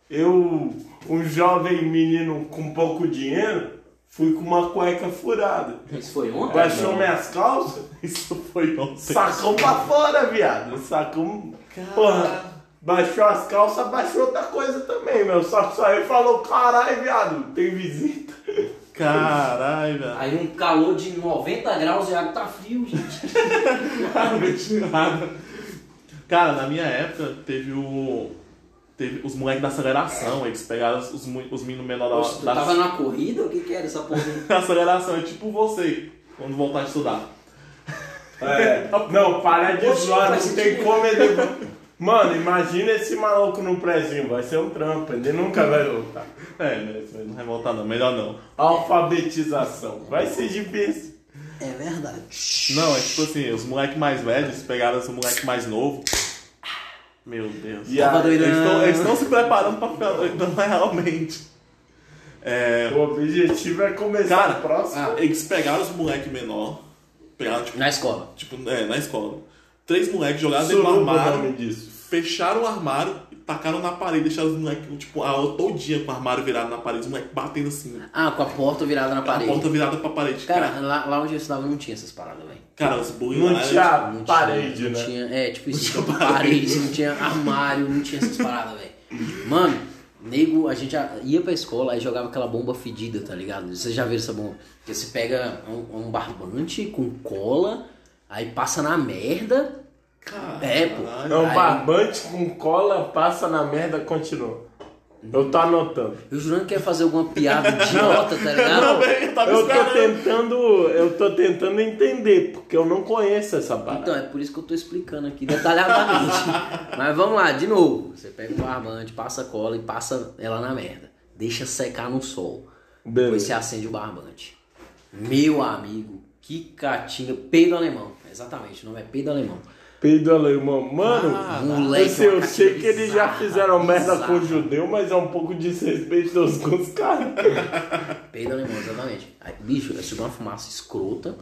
Speaker 3: eu, um jovem menino com pouco dinheiro, fui com uma cueca furada.
Speaker 2: Isso foi ontem? né?
Speaker 3: Baixou minhas calças,
Speaker 1: Isso foi
Speaker 3: um
Speaker 1: ontem.
Speaker 3: Sacão pra fora, viado. Sacão. Porra. Baixou as calças, baixou outra coisa também, meu. Só que saiu e falou: caralho, viado, tem visita.
Speaker 1: Caralho, velho.
Speaker 2: Aí um calor de 90 graus e a água tá frio, gente.
Speaker 1: Cara, na minha época teve o. Teve os moleques da aceleração, eles pegaram os, os, mu- os meninos menores
Speaker 2: Poxa, tu
Speaker 1: da, da
Speaker 2: tava na corrida? O que que era essa porra?
Speaker 1: A aceleração é tipo você quando voltar a estudar.
Speaker 3: É. Não, para de
Speaker 2: Oxe,
Speaker 3: zoar,
Speaker 2: mas
Speaker 3: não tem
Speaker 2: que-
Speaker 3: como ele. Mano, imagina esse maluco no prezinho, vai ser um trampo, ele nunca vai voltar.
Speaker 1: É, mas mas não vai voltar não, melhor não.
Speaker 3: Alfabetização, vai ser difícil.
Speaker 2: É verdade.
Speaker 1: Não, é tipo assim, os moleques mais velhos pegaram os moleques mais novos. Meu Deus.
Speaker 3: E
Speaker 2: Tava
Speaker 3: aí,
Speaker 2: doidão.
Speaker 1: Eles estão, eles estão se preparando pra ficar doidão realmente. É,
Speaker 3: o objetivo é começar
Speaker 1: Cara,
Speaker 3: o próximo.
Speaker 1: eles pegaram os moleques menor, pegaram tipo,
Speaker 2: Na escola.
Speaker 1: tipo, é, na escola. Três moleques jogaram dentro do
Speaker 3: Suruba o
Speaker 1: armário.
Speaker 3: nome disso.
Speaker 1: fecharam o armário, tacaram na parede, deixaram os moleques, tipo, a aula todinha com o armário virado na parede, os moleques batendo assim,
Speaker 2: Ah, com a porta virada na
Speaker 1: a
Speaker 2: parede.
Speaker 1: ponta virada pra parede.
Speaker 2: Cara, lá, lá onde eu estudava não tinha essas paradas, velho.
Speaker 1: cara os bullying lá é
Speaker 3: Não
Speaker 1: era-
Speaker 3: tinha
Speaker 2: Não tinha-
Speaker 3: parede,
Speaker 2: não
Speaker 3: né?
Speaker 2: Tinha, é, tipo isso,
Speaker 1: Não
Speaker 2: não
Speaker 1: tinha
Speaker 2: tinha
Speaker 1: parede.
Speaker 2: parede, não tinha armário, não tinha essas paradas, velho. Mano, nego, a gente a- ia pra escola e jogava aquela bomba fedida, tá ligado? Vocês já viram essa bomba? Que você pega um, um barbante com cola, aí passa na merda.
Speaker 1: Caralho.
Speaker 2: É, pô.
Speaker 3: É um
Speaker 2: Aí-
Speaker 3: barbante com cola, passa na merda, continua. Eu tô anotando.
Speaker 2: Eu jurando que ia fazer alguma piada idiota, tá ligado?
Speaker 1: Também, eu tava
Speaker 3: Eu tô
Speaker 1: esperando.
Speaker 3: tentando, eu tô tentando entender, porque eu não conheço essa
Speaker 2: Então,
Speaker 3: parada.
Speaker 2: é por isso que eu tô explicando aqui detalhadamente. Mas vamos lá, de novo. Você pega um barbante, passa cola e passa ela na merda. Deixa secar no sol. Depois você
Speaker 3: Beleza.
Speaker 2: acende o barbante. Meu amigo, que catinga. Peido alemão. Exatamente, o nome é peido alemão.
Speaker 3: Peido alemão. Mano,
Speaker 1: Ah,
Speaker 2: moleque,
Speaker 3: assim, eu
Speaker 2: uma
Speaker 3: sei
Speaker 2: catinga
Speaker 3: que eles já
Speaker 2: bizarra,
Speaker 3: fizeram merda
Speaker 2: bizarra.
Speaker 3: com o judeu, mas é um pouco desrespeitoso com os caras.
Speaker 2: Peido alemão, exatamente. Aí, bicho, eu subi uma fumaça escrota.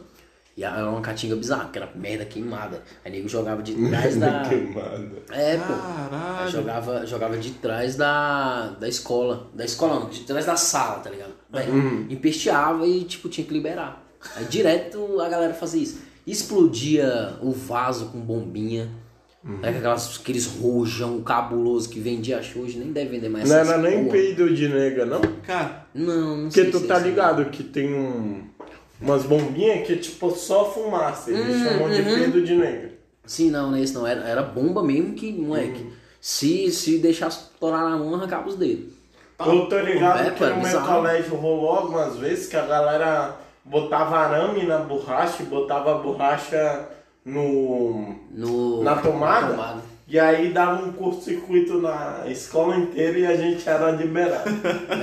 Speaker 2: E era uma catinga bizarra, porque era merda queimada. Aí nego jogava de trás da.
Speaker 3: Queimado.
Speaker 2: É, pô. Aí
Speaker 1: Caralho.
Speaker 2: Jogava, jogava de trás da, da escola. Da escola não, de trás da sala, tá ligado? Velho,
Speaker 3: Uhum.
Speaker 2: Empesteava e, tipo, tinha que liberar. Aí direto a galera fazia isso. Explodia o vaso com bombinha.
Speaker 3: Uhum.
Speaker 2: Era aquelas, aqueles rojão cabuloso que vendia, acho que hoje nem deve vender mais.
Speaker 3: Não
Speaker 2: essas
Speaker 3: era nem
Speaker 2: porra.
Speaker 3: peido de nega, não.
Speaker 1: Cara,
Speaker 2: Não, não sei.
Speaker 3: Porque tu
Speaker 2: se- é
Speaker 3: tá
Speaker 2: se-
Speaker 3: ligado que tem um, umas bombinhas que é tipo só fumaça. Eles chamam de peido de nega.
Speaker 2: Sim, não, não é isso não. Era, era bomba mesmo que, moleque.
Speaker 3: Uhum.
Speaker 2: Se, se deixasse estourar na mão, arrancava os dedos.
Speaker 3: Eu tô ligado
Speaker 2: É,
Speaker 3: que
Speaker 2: pô, é
Speaker 3: no meu
Speaker 2: bizarro.
Speaker 3: colégio rolou algumas vezes que a galera botava arame na borracha e botava a borracha no.
Speaker 2: No,
Speaker 3: Na tomada? E aí dava um curto-circuito na escola inteira e a gente era liberado.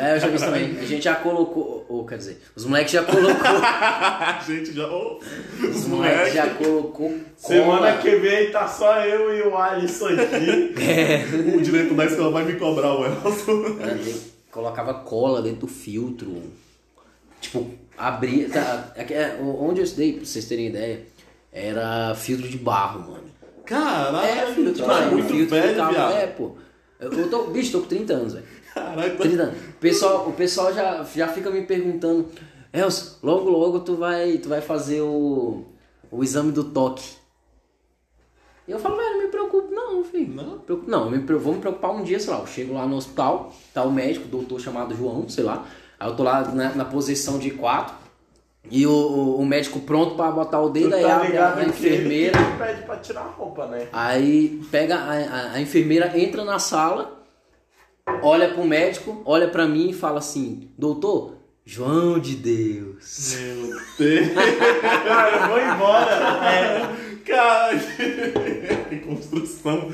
Speaker 2: É, eu já vi isso também. A gente já colocou. Ou, quer dizer, os moleques já colocou.
Speaker 1: a gente já. Ô, os
Speaker 2: os moleques
Speaker 1: moleques.
Speaker 2: é, já colocou. cola.
Speaker 3: Semana que vem tá só eu e o Alisson aqui.
Speaker 2: É.
Speaker 1: O direito da escola vai me cobrar o Elson.
Speaker 2: Cara, tem- colocava cola dentro do filtro. Tipo, abria. tá, é que- é, onde eu estudei, pra vocês terem ideia, era filtro de barro, mano.
Speaker 1: Caralho,
Speaker 2: É, filtro de
Speaker 1: tá
Speaker 2: barro.
Speaker 1: muito
Speaker 2: filtro de
Speaker 1: velho,
Speaker 2: carro, É,
Speaker 1: viado.
Speaker 2: pô. Eu eu tô, bicho, tô com 30 anos, velho.
Speaker 1: Caralho, tá-
Speaker 2: 30 anos. O pessoal, o pessoal já, já fica me perguntando, Elcio, logo logo tu vai, tu vai fazer o, o exame do toque. E eu falo, velho, não me preocupo não, filho.
Speaker 1: Não?
Speaker 2: Preocupo- Não, eu me pre- vou me preocupar um dia, sei lá, eu chego lá no hospital, tá o médico, doutor chamado João, sei lá. Aí eu tô lá na, na posição de quatro. E o, o- o médico pronto pra botar o dedo,
Speaker 3: Tu
Speaker 2: aí
Speaker 3: tá
Speaker 2: abre a,
Speaker 3: ligado
Speaker 2: a
Speaker 3: que ele
Speaker 2: enfermeira.
Speaker 3: que pede pra tirar a roupa, né?
Speaker 2: Aí pega a, a- a enfermeira, entra na sala, olha pro médico, olha pra mim e fala assim: Doutor, João de Deus.
Speaker 1: Meu Deus.
Speaker 3: Cara, eu vou embora. É.
Speaker 1: Caralho. Que construção.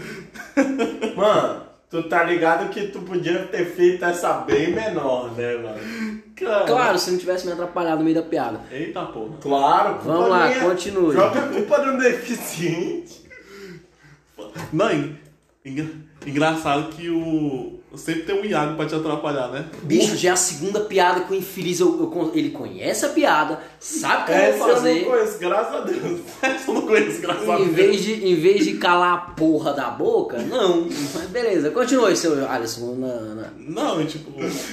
Speaker 3: Mano, tu tá ligado que tu podia ter feito essa bem menor, né, mano?
Speaker 1: Cara.
Speaker 2: Claro, se não tivesse me atrapalhado no meio da piada.
Speaker 1: Eita porra.
Speaker 3: Claro, culpa
Speaker 2: Vamos lá,
Speaker 3: minha.
Speaker 2: continue.
Speaker 3: Joga a culpa no deficiente.
Speaker 1: Não, en- engra- engraçado que o. Sempre tem um Iago pra te atrapalhar, né?
Speaker 2: Bicho, já é a segunda piada que o infeliz. eu- eu con- ele conhece a piada, sabe o que Ah, eu
Speaker 3: Essa
Speaker 2: vou
Speaker 3: eu não
Speaker 2: fazer.
Speaker 3: conheço, graças a Deus.
Speaker 1: Essa eu não conheço, graças a
Speaker 2: Em
Speaker 1: Deus.
Speaker 2: vez, de, em vez de calar a porra da boca, não. Mas beleza, continue, seu Alisson. Na, na-
Speaker 1: Não, e tipo,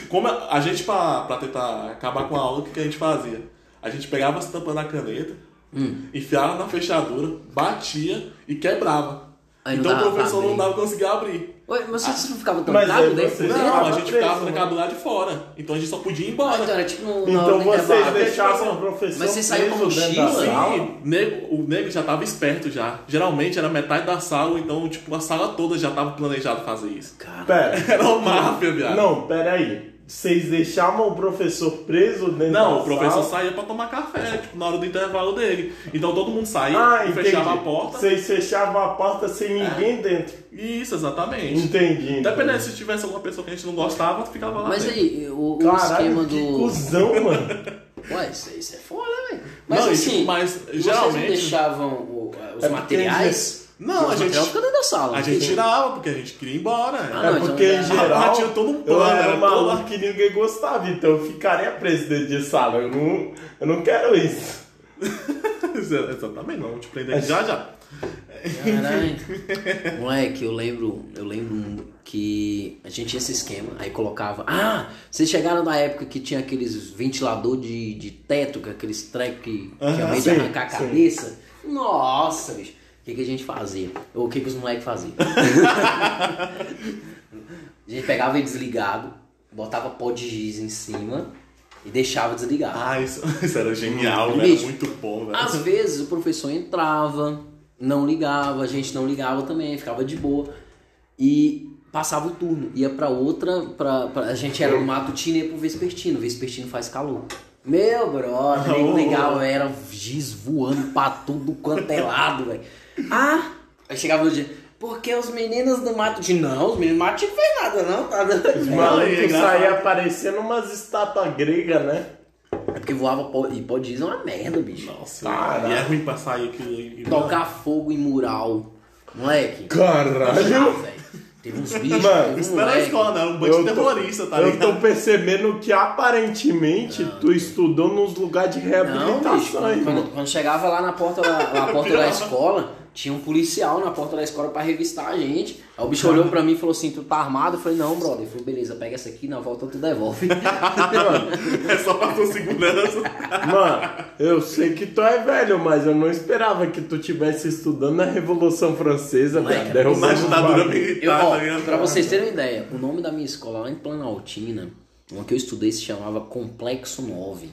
Speaker 1: como a, a gente pra, pra tentar acabar com a aula, o que, que a gente fazia? A gente pegava as tampas da caneta,
Speaker 2: Hum.
Speaker 1: enfiava na fechadura, batia e quebrava.
Speaker 2: Aí não
Speaker 1: então
Speaker 2: dava
Speaker 1: o professor
Speaker 2: pra
Speaker 1: não
Speaker 2: abrir.
Speaker 1: dava conseguir abrir.
Speaker 2: Oi, mas você não ficava
Speaker 3: Mas aí
Speaker 2: trancado dentro?
Speaker 3: vocês-
Speaker 2: dele?
Speaker 1: Não, a
Speaker 3: dava
Speaker 1: gente
Speaker 3: preso,
Speaker 1: ficava
Speaker 3: mano.
Speaker 1: trancado lá de fora. Então a gente só podia ir
Speaker 2: Ah,
Speaker 1: embora.
Speaker 2: então era tipo no, na hora
Speaker 3: Então
Speaker 2: do
Speaker 3: vocês
Speaker 2: intervalo.
Speaker 3: deixavam o professor.
Speaker 2: Mas você saiu
Speaker 3: preso
Speaker 2: com
Speaker 3: dentro da
Speaker 2: mochila?
Speaker 3: sala?
Speaker 1: Sim, nego- né, o nego já tava esperto já. Geralmente era metade da sala, então tipo, a sala toda já tava planejado fazer isso.
Speaker 2: Cara,
Speaker 3: Pera.
Speaker 1: Era uma máfia, viado.
Speaker 3: Não, pera aí. Vocês deixavam o professor preso dentro da
Speaker 1: Não, o professor
Speaker 3: sala?
Speaker 1: saía pra tomar café, tipo, na hora do intervalo dele. Então todo mundo saía
Speaker 3: Ah,
Speaker 1: e
Speaker 3: entendi.
Speaker 1: fechava a porta. É.
Speaker 3: Vocês fechavam a porta sem ninguém dentro.
Speaker 1: Isso, exatamente.
Speaker 3: Entendi. entendi.
Speaker 1: Dependendo se tivesse alguma pessoa que a gente não gostava, ficava lá.
Speaker 2: Mas
Speaker 1: dentro.
Speaker 2: aí, o, o
Speaker 3: Caralho,
Speaker 2: esquema
Speaker 3: que
Speaker 2: do.
Speaker 3: cuzão, mano.
Speaker 2: Ué, isso, isso é foda, velho. Mas
Speaker 1: Não, e,
Speaker 2: assim,
Speaker 1: tipo, mas,
Speaker 2: vocês
Speaker 1: geralmente-
Speaker 2: não deixavam o- eh, os
Speaker 3: É porque
Speaker 2: materiais?
Speaker 1: Não,
Speaker 2: Os
Speaker 1: a gente-
Speaker 2: materiais ficam dentro da sala.
Speaker 1: A gente tirava, porque a gente queria ir embora.
Speaker 2: Ah,
Speaker 1: Era-
Speaker 2: não,
Speaker 3: É
Speaker 2: então
Speaker 3: porque em
Speaker 2: já-
Speaker 3: geral
Speaker 1: Ah, tinha todo um
Speaker 3: eu
Speaker 1: plano,
Speaker 3: era
Speaker 1: era
Speaker 3: um
Speaker 1: todo-
Speaker 3: maluco que ninguém gostava, então eu ficaria preso dentro de sala. Eu não, eu não quero isso.
Speaker 1: Exatamente, vamos te prender aqui já já.
Speaker 2: Caralho. Moleque, eu lembro, eu lembro um que a gente tinha esse esquema, aí colocava. Ah, vocês chegaram na época que tinha aqueles ventilador de, de teto, com aqueles treco que, que
Speaker 1: Aham,
Speaker 2: ao invés
Speaker 3: sim,
Speaker 2: de arrancar a
Speaker 3: sim.
Speaker 2: cabeça. Nossa, bicho. O que, que a gente fazia? Ou o que, que os moleques faziam? a gente pegava ele desligado, botava pó de giz em cima e deixava desligado.
Speaker 1: Ah, isso, isso era genial,
Speaker 2: Hum,
Speaker 1: velho.
Speaker 2: bicho.
Speaker 1: Muito bom, velho.
Speaker 2: Às vezes o professor entrava, não ligava, a gente não ligava também, ficava de boa. E passava o turno, ia pra outra, pra, pra- a gente era no matutino e ia pro vespertino, vespertino faz calor. Meu brother, nem ligava, era giz voando pra tudo quanto é lado, velho. Ah, aí chegava no dia, porque os meninos do mato de não, os meninos do mato não fez nada, não, tá doido?"
Speaker 3: Os
Speaker 1: e é
Speaker 3: malucos
Speaker 1: engraçado.
Speaker 3: saíam aparecendo umas estátuas gregas, né?
Speaker 2: É porque voava pó, e pó de giz é uma merda, bicho.
Speaker 1: Nossa,
Speaker 3: Caralho.
Speaker 1: e é ruim pra sair aquilo. aí.
Speaker 2: Tocar fogo em mural. Moleque.
Speaker 3: Caralho!
Speaker 2: Ah, velho. Teve uns bichos,
Speaker 3: Mano,
Speaker 2: teve um
Speaker 1: Isso não era
Speaker 2: moleque.
Speaker 1: escola, não. Um bando
Speaker 3: Eu
Speaker 1: de
Speaker 3: tô-
Speaker 1: terrorista, tá
Speaker 3: eu
Speaker 1: ligado?
Speaker 3: tô percebendo que aparentemente tu estudou nos lugares de
Speaker 1: tá
Speaker 2: Não, bicho,
Speaker 3: reabilitação,
Speaker 2: quando,
Speaker 3: irmão.
Speaker 2: quando- quando chegava lá na porta da, na porta da escola, tinha um policial na porta da escola pra revistar a gente. Aí o bicho olhou pra mim e falou assim, tu tá armado? Eu falei, não, brother. Ele falou, beleza, pega essa aqui, na volta tu devolve.
Speaker 1: É só pra tua segurança.
Speaker 3: Mano, eu sei que tu é velho, mas eu não esperava que tu tivesse estudando na Revolução Francesa,
Speaker 2: Moleque,
Speaker 3: velho. um
Speaker 1: Na ditadura
Speaker 2: Eu,
Speaker 1: militar,
Speaker 2: ó,
Speaker 1: tá ligado?
Speaker 2: pra vocês terem uma ideia, o nome da minha escola lá em Planaltina, uma que eu estudei, se chamava Complexo 9.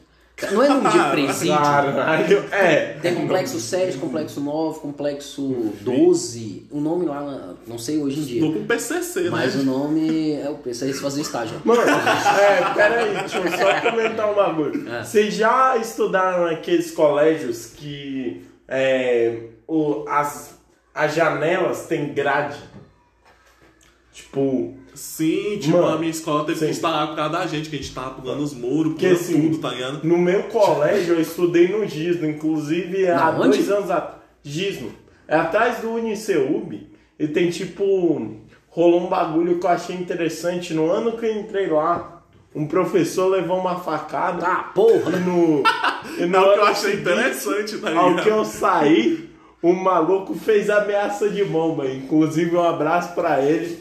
Speaker 2: Não é nome de presídio.
Speaker 3: Caralho, é.
Speaker 2: Tem complexo 7, complexo 9, complexo 12. O nome lá, na- não sei hoje em
Speaker 1: Tô
Speaker 2: dia.
Speaker 1: com PCC,
Speaker 2: Mas
Speaker 1: né?
Speaker 2: o nome é o preço aí se fazer estágio.
Speaker 3: Mano, é, peraí, deixa eu só comentar um bagulho.
Speaker 1: É.
Speaker 3: Vocês já estudaram naqueles colégios que é, o, as, as janelas têm grade? Tipo,
Speaker 1: Sim, tipo,
Speaker 3: Mano,
Speaker 1: a minha escola teve
Speaker 3: sim.
Speaker 1: que instalar por causa da gente, que a gente tava pulando os muros,
Speaker 3: Que
Speaker 1: pulando
Speaker 3: assim,
Speaker 1: tudo, tá ligado?
Speaker 3: no meu colégio eu estudei no Gisno, inclusive é há
Speaker 2: Na onde?
Speaker 3: dois anos atrás. Gisno. É atrás do Uniceub e tem tipo. Rolou um bagulho que eu achei interessante no ano que eu entrei lá. um professor levou uma facada.
Speaker 2: Tá, porra.
Speaker 3: E no. E no
Speaker 1: Ah, Não, que eu
Speaker 3: ano
Speaker 1: achei
Speaker 3: é seguinte,
Speaker 1: interessante, tá
Speaker 3: Ao que
Speaker 1: ligado?
Speaker 3: eu saí, o maluco fez ameaça de bomba. Inclusive, um abraço pra ele.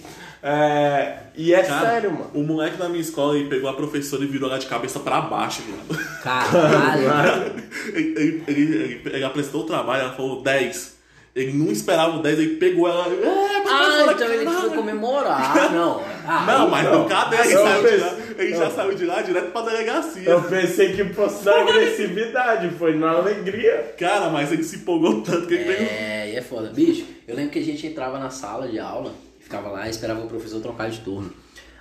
Speaker 3: É, E é
Speaker 1: Cara,
Speaker 3: sério, mano.
Speaker 1: O moleque da minha escola ele pegou a professora e virou ela de cabeça pra baixo, viado.
Speaker 2: Caralho.
Speaker 1: ele, ele, ele, ele- ele apresentou o trabalho, ela falou 10. Ele não esperava o 10, ele pegou ela. É,
Speaker 2: Ah,
Speaker 1: professora,
Speaker 2: então ele
Speaker 1: caralho."
Speaker 2: foi comemorar. Não. Ah,
Speaker 1: Não, mas
Speaker 3: Não.
Speaker 1: não cadê? Ele,
Speaker 3: Eu
Speaker 1: saiu de lá,
Speaker 3: pensei-
Speaker 1: ele já
Speaker 3: eu-
Speaker 1: saiu de lá direto pra delegacia.
Speaker 3: Eu pensei que fosse na agressividade, foi na alegria.
Speaker 1: Cara, mas ele se empolgou tanto que ele pegou.
Speaker 2: É, e é foda. Bicho, eu lembro que a gente entrava na sala de aula, ficava lá e esperava o professor trocar de turno.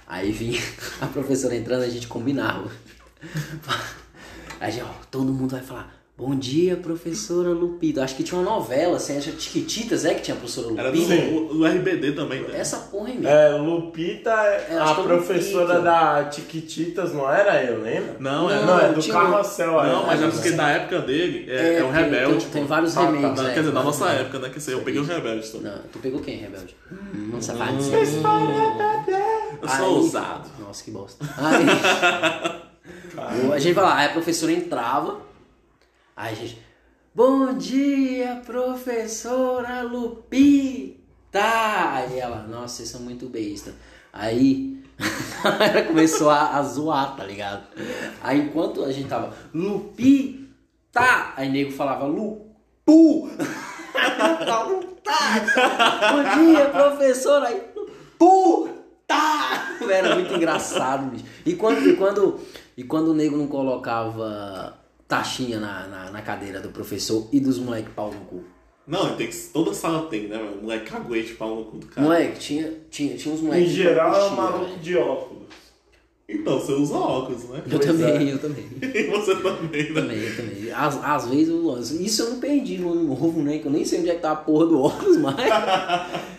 Speaker 2: Aí vinha a professora entrando, a gente combinava. Aí, ó, todo mundo vai falar, bom dia, professora Lupita. Acho que tinha uma novela, assim, acho que Chiquititas é que tinha a professora
Speaker 1: Era do,
Speaker 2: Lupita.
Speaker 3: Sim.
Speaker 1: o- o RBD também, né?
Speaker 2: Essa porra é minha.
Speaker 3: É, Lupita, é
Speaker 2: acho
Speaker 3: a
Speaker 2: que é
Speaker 3: professora
Speaker 2: Lupita.
Speaker 3: da Tiquititas, não era? Eu lembro.
Speaker 1: Não, é.
Speaker 3: Não, é do
Speaker 2: tinha- um
Speaker 3: Carrossel.
Speaker 1: Não,
Speaker 3: é.
Speaker 1: mas é
Speaker 2: não
Speaker 1: porque
Speaker 2: sei.
Speaker 1: na época dele é, é um
Speaker 2: tem-
Speaker 1: rebelde.
Speaker 2: Tem,
Speaker 1: pô.
Speaker 2: tem vários
Speaker 3: Ah, tá.
Speaker 2: remakes,
Speaker 1: Na-
Speaker 2: né?
Speaker 1: Quer dizer, na
Speaker 2: Vários
Speaker 1: nossa
Speaker 2: remakes.
Speaker 1: época, né? Que assim, eu peguei um rebelde também.
Speaker 2: Não, tu pegou quem, Rebelde? Hum, safadinho.
Speaker 1: Eu sou
Speaker 2: Aí-
Speaker 1: ousado.
Speaker 2: Nossa, que bosta. Aí, Boa, a gente vai lá, aí a professora entrava, aí a gente. Bom dia, professora Lupita! Aí ela, nossa, vocês são muito besta. Aí ela começou a, a zoar, tá ligado? Aí enquanto a gente tava, Lupita! Aí nego falava, Lupu! Tá, Lupita! Bom dia, professora! Aí, Lupu! Tá! Era muito engraçado, bicho. E quando, e quando, e quando o nego não colocava taxinha na, na, na cadeira do professor e dos moleque pau no cu?
Speaker 1: Não, e tem que, toda sala tem, né, meu? Moleque caguete, pau no cu do cara.
Speaker 2: Moleque, tinha, tinha, tinha uns moleque.
Speaker 3: Em
Speaker 2: que
Speaker 3: geral é um
Speaker 2: curtia, né?
Speaker 3: maluco
Speaker 2: velho.
Speaker 3: de óculos.
Speaker 1: Então, você usa óculos, né?
Speaker 2: Eu
Speaker 3: Pois
Speaker 2: também, eu também.
Speaker 1: E você também,
Speaker 2: Eu
Speaker 1: né?
Speaker 2: também, eu também. Às, às vezes, eu, isso eu não perdi no ano novo, né? Que eu nem sei onde é que tá a porra do óculos, mas.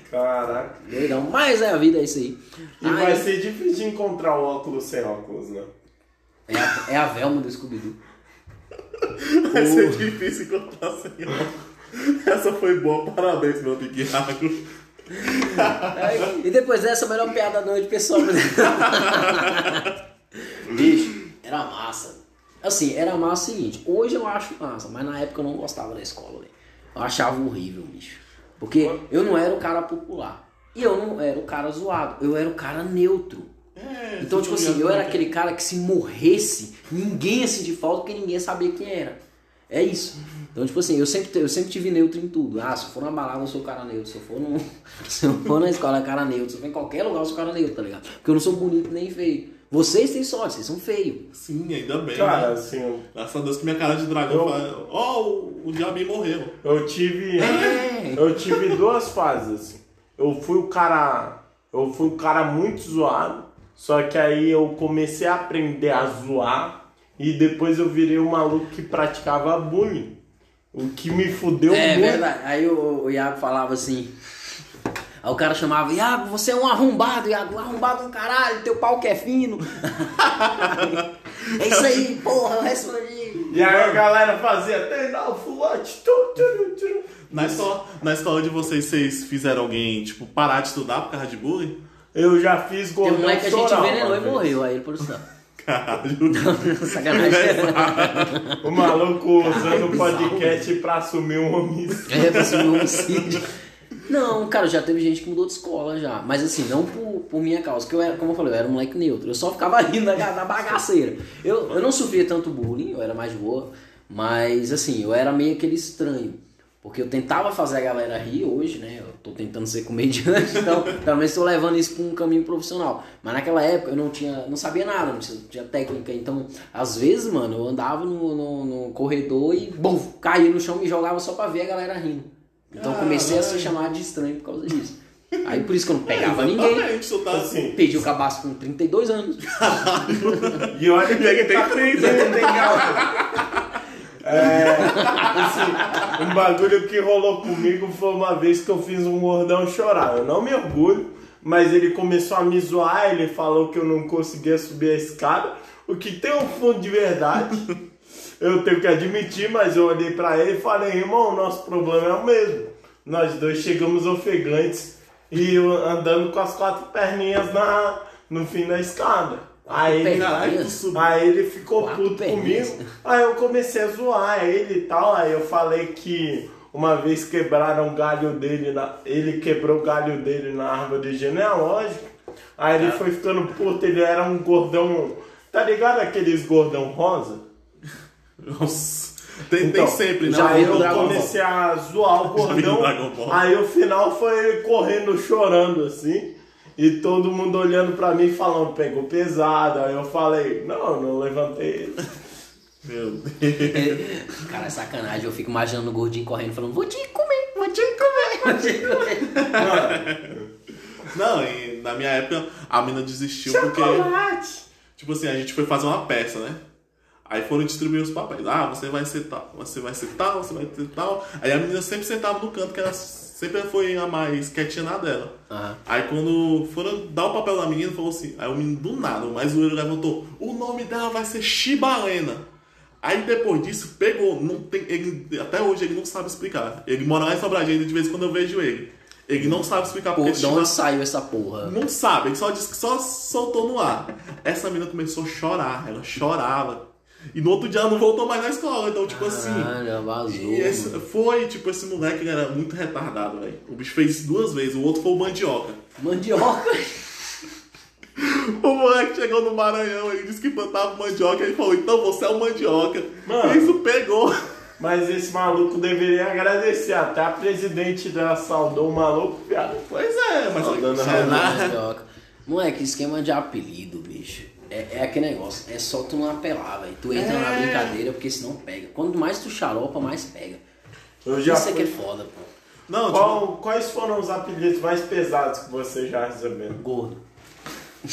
Speaker 3: Caraca.
Speaker 2: Doidão, mas é a vida, é isso aí.
Speaker 3: E
Speaker 2: Ai,
Speaker 3: vai ser difícil encontrar o óculos sem óculos, né?
Speaker 2: é, a, é a Velma do Scooby-Doo.
Speaker 1: Vai ser difícil encontrar sem óculos. Essa foi boa, parabéns, meu amigo Iago.
Speaker 2: Aí, E depois dessa, a melhor piada da noite, pessoal. Bicho, era massa. Assim, era massa o seguinte, hoje eu acho massa, mas na época eu não gostava da escola, velho. Eu achava horrível, bicho. Porque eu não era o cara popular. E eu não era o cara zoado, eu era o cara neutro.
Speaker 1: É,
Speaker 2: Então, tipo assim,
Speaker 1: ligado,
Speaker 2: eu era
Speaker 1: né?
Speaker 2: aquele cara que se morresse, ninguém ia sentir falta porque ninguém ia saber quem era. É isso. Então, tipo assim, eu sempre, eu sempre tive neutro em tudo. Ah, se eu for na balada, eu sou o cara neutro. Se eu for, no, se eu for na escola, é cara neutro. Se eu for em qualquer lugar, eu sou cara neutro, tá ligado? Porque eu não sou bonito nem feio. Vocês têm sorte, vocês são feios.
Speaker 1: Sim, ainda bem.
Speaker 3: Cara,
Speaker 1: né?
Speaker 3: assim,
Speaker 1: Graças a Deus que minha cara de dragão
Speaker 3: Eu-
Speaker 1: fala, ó, o, o Diabinho morreu.
Speaker 3: eu tive.
Speaker 2: É.
Speaker 3: Eu tive duas fases. assim. Eu fui o cara. Eu fui um cara muito zoado. Só que aí eu comecei a aprender a zoar. E depois eu virei um maluco que praticava bullying. O que me fudeu
Speaker 2: é
Speaker 3: muito.
Speaker 2: verdade. Aí o, o Iago falava assim. Aí o cara chamava, Iago, você é um arrombado, Iago, arrombado do caralho, teu pau que é fino. é isso aí, porra, respondi.
Speaker 3: E aí a galera fazia treinar o fulante. tu, tu, tu, tu.
Speaker 1: Na escola, na escola de vocês, vocês fizeram alguém, tipo, parar de estudar por causa de bullying?
Speaker 3: Eu já fiz
Speaker 2: Tem
Speaker 3: gordão
Speaker 2: um moleque que a gente
Speaker 3: chorar uma
Speaker 2: envenenou e
Speaker 3: vez.
Speaker 2: morreu, aí ele por isso não.
Speaker 1: Caralho.
Speaker 2: Sacanagem.
Speaker 3: O maluco
Speaker 2: Caralho,
Speaker 3: usando o
Speaker 2: É bizarro,
Speaker 3: podcast pra assumir um homicídio.
Speaker 2: É, pra assumir um homicídio. Não, cara, já teve gente que mudou de escola já. Mas assim, não por, por minha causa. Porque eu era, como eu falei, eu era um moleque neutro. Eu só ficava rindo da, da bagaceira. Eu, eu não sofria tanto bullying, eu era mais de boa. Mas assim, eu era meio aquele estranho. Porque eu tentava fazer a galera rir hoje, né? Eu tô tentando ser comediante, então pelo menos tô levando isso pra um caminho profissional. Mas naquela época eu não tinha, não sabia nada, não tinha, tinha técnica. Então, às vezes, mano, eu andava no, no- no corredor e, bom, caía no chão e me jogava só pra ver a galera rindo. Então eu comecei a ser chamado de estranho por causa disso. Aí por isso que eu não pegava ninguém.
Speaker 1: Exatamente, isso tá assim.
Speaker 3: Assim,
Speaker 2: Perdi o cabaço com 32 anos.
Speaker 3: e olha que
Speaker 1: Ele tem
Speaker 3: tá
Speaker 1: 30.
Speaker 3: acontecendo, hein, galera? É, assim, um bagulho que rolou comigo foi uma vez que eu fiz um gordão chorar. Eu não me orgulho, mas ele começou a me zoar, ele falou que eu não conseguia subir a escada, o que tem um fundo de verdade. Eu tenho que admitir, mas eu olhei pra ele e falei, irmão, o nosso problema é o mesmo. Nós dois chegamos ofegantes e eu andando com as quatro perninhas na, no fim da escada. Aí, ele-
Speaker 1: Caralho, tu
Speaker 2: Perdido.
Speaker 1: subiu.
Speaker 3: aí ele ficou
Speaker 2: Quatro
Speaker 3: puto
Speaker 1: é
Speaker 2: pernas.
Speaker 3: comigo. Aí eu comecei a zoar ele e tal. Aí eu falei que uma vez quebraram o galho dele, na- ele quebrou o galho dele na árvore genealógica. Aí
Speaker 1: Tá.
Speaker 3: ele foi ficando puto, ele era um gordão. Tá ligado aqueles gordão rosa?
Speaker 1: Nossa. Tem,
Speaker 3: Então,
Speaker 1: tem sempre, né?
Speaker 2: já
Speaker 1: Aí
Speaker 3: Aí
Speaker 2: viram
Speaker 1: eu
Speaker 3: eu
Speaker 2: Dragon Ball.
Speaker 3: comecei a zoar o
Speaker 1: Já viram
Speaker 3: gordão.
Speaker 1: Dragon Ball.
Speaker 3: Aí o final foi ele correndo, chorando assim. E todo mundo olhando pra mim falando, pegou pesado. Aí eu falei, não, não levantei ele.
Speaker 1: Meu Deus.
Speaker 2: Cara, é sacanagem. Eu fico imaginando o gordinho correndo falando, vou te comer, vou te comer, vou te comer.
Speaker 1: Não, e na minha época a mina desistiu porque.
Speaker 3: Chocolate!
Speaker 1: Tipo assim, a gente foi fazer uma peça, né? Aí foram distribuir os papéis. Ah, você vai ser tal, você vai ser tal, você vai ser tal. Aí a menina sempre sentava no canto, que ela sempre foi a mais quietinha na dela.
Speaker 2: Aham.
Speaker 1: Aí quando foram dar o papel da menina, falou assim. Aí o menino do nada, o mais zoeiro levantou: o nome dela vai ser Chibalena. Aí depois disso, pegou. Não tem, ele, até hoje ele não sabe explicar. Ele mora lá em Sobradinho, de vez em quando eu vejo ele. Ele não sabe explicar
Speaker 2: Pô,
Speaker 1: porque
Speaker 2: de onde saiu essa porra?
Speaker 1: não sabe, ele só disse que só soltou no ar. Essa menina começou a chorar, ela chorava. E no outro dia ela não voltou mais na escola, então,
Speaker 2: Ah,
Speaker 1: tipo assim.
Speaker 2: Caralho, vazou.
Speaker 1: E esse-
Speaker 2: mano.
Speaker 1: foi, tipo, esse moleque ele era muito retardado, velho. O bicho fez isso duas vezes, o outro foi o mandioca.
Speaker 2: Mandioca.
Speaker 1: O moleque chegou no Maranhão, ele disse que plantava mandioca, ele falou, então você é o mandioca.
Speaker 3: Mano.
Speaker 1: Isso pegou.
Speaker 3: Mas esse maluco deveria agradecer. Até a presidente dela saudou o maluco, viado.
Speaker 1: Pois é, mas
Speaker 3: Ó, Tá dando né?
Speaker 1: sei lá.
Speaker 2: Mandioca. Moleque, esquema de apelido, bicho. É, é aquele negócio, é só tu não apelar, velho. Tu entra na
Speaker 1: É.
Speaker 2: brincadeira porque senão pega. Quanto mais tu xaropa, mais pega.
Speaker 3: Eu já
Speaker 2: Isso é que é
Speaker 3: fui.
Speaker 2: foda, pô.
Speaker 1: Não, tipo,
Speaker 3: Qual- quais foram os apelidos mais pesados que você já recebeu?
Speaker 2: Gordo.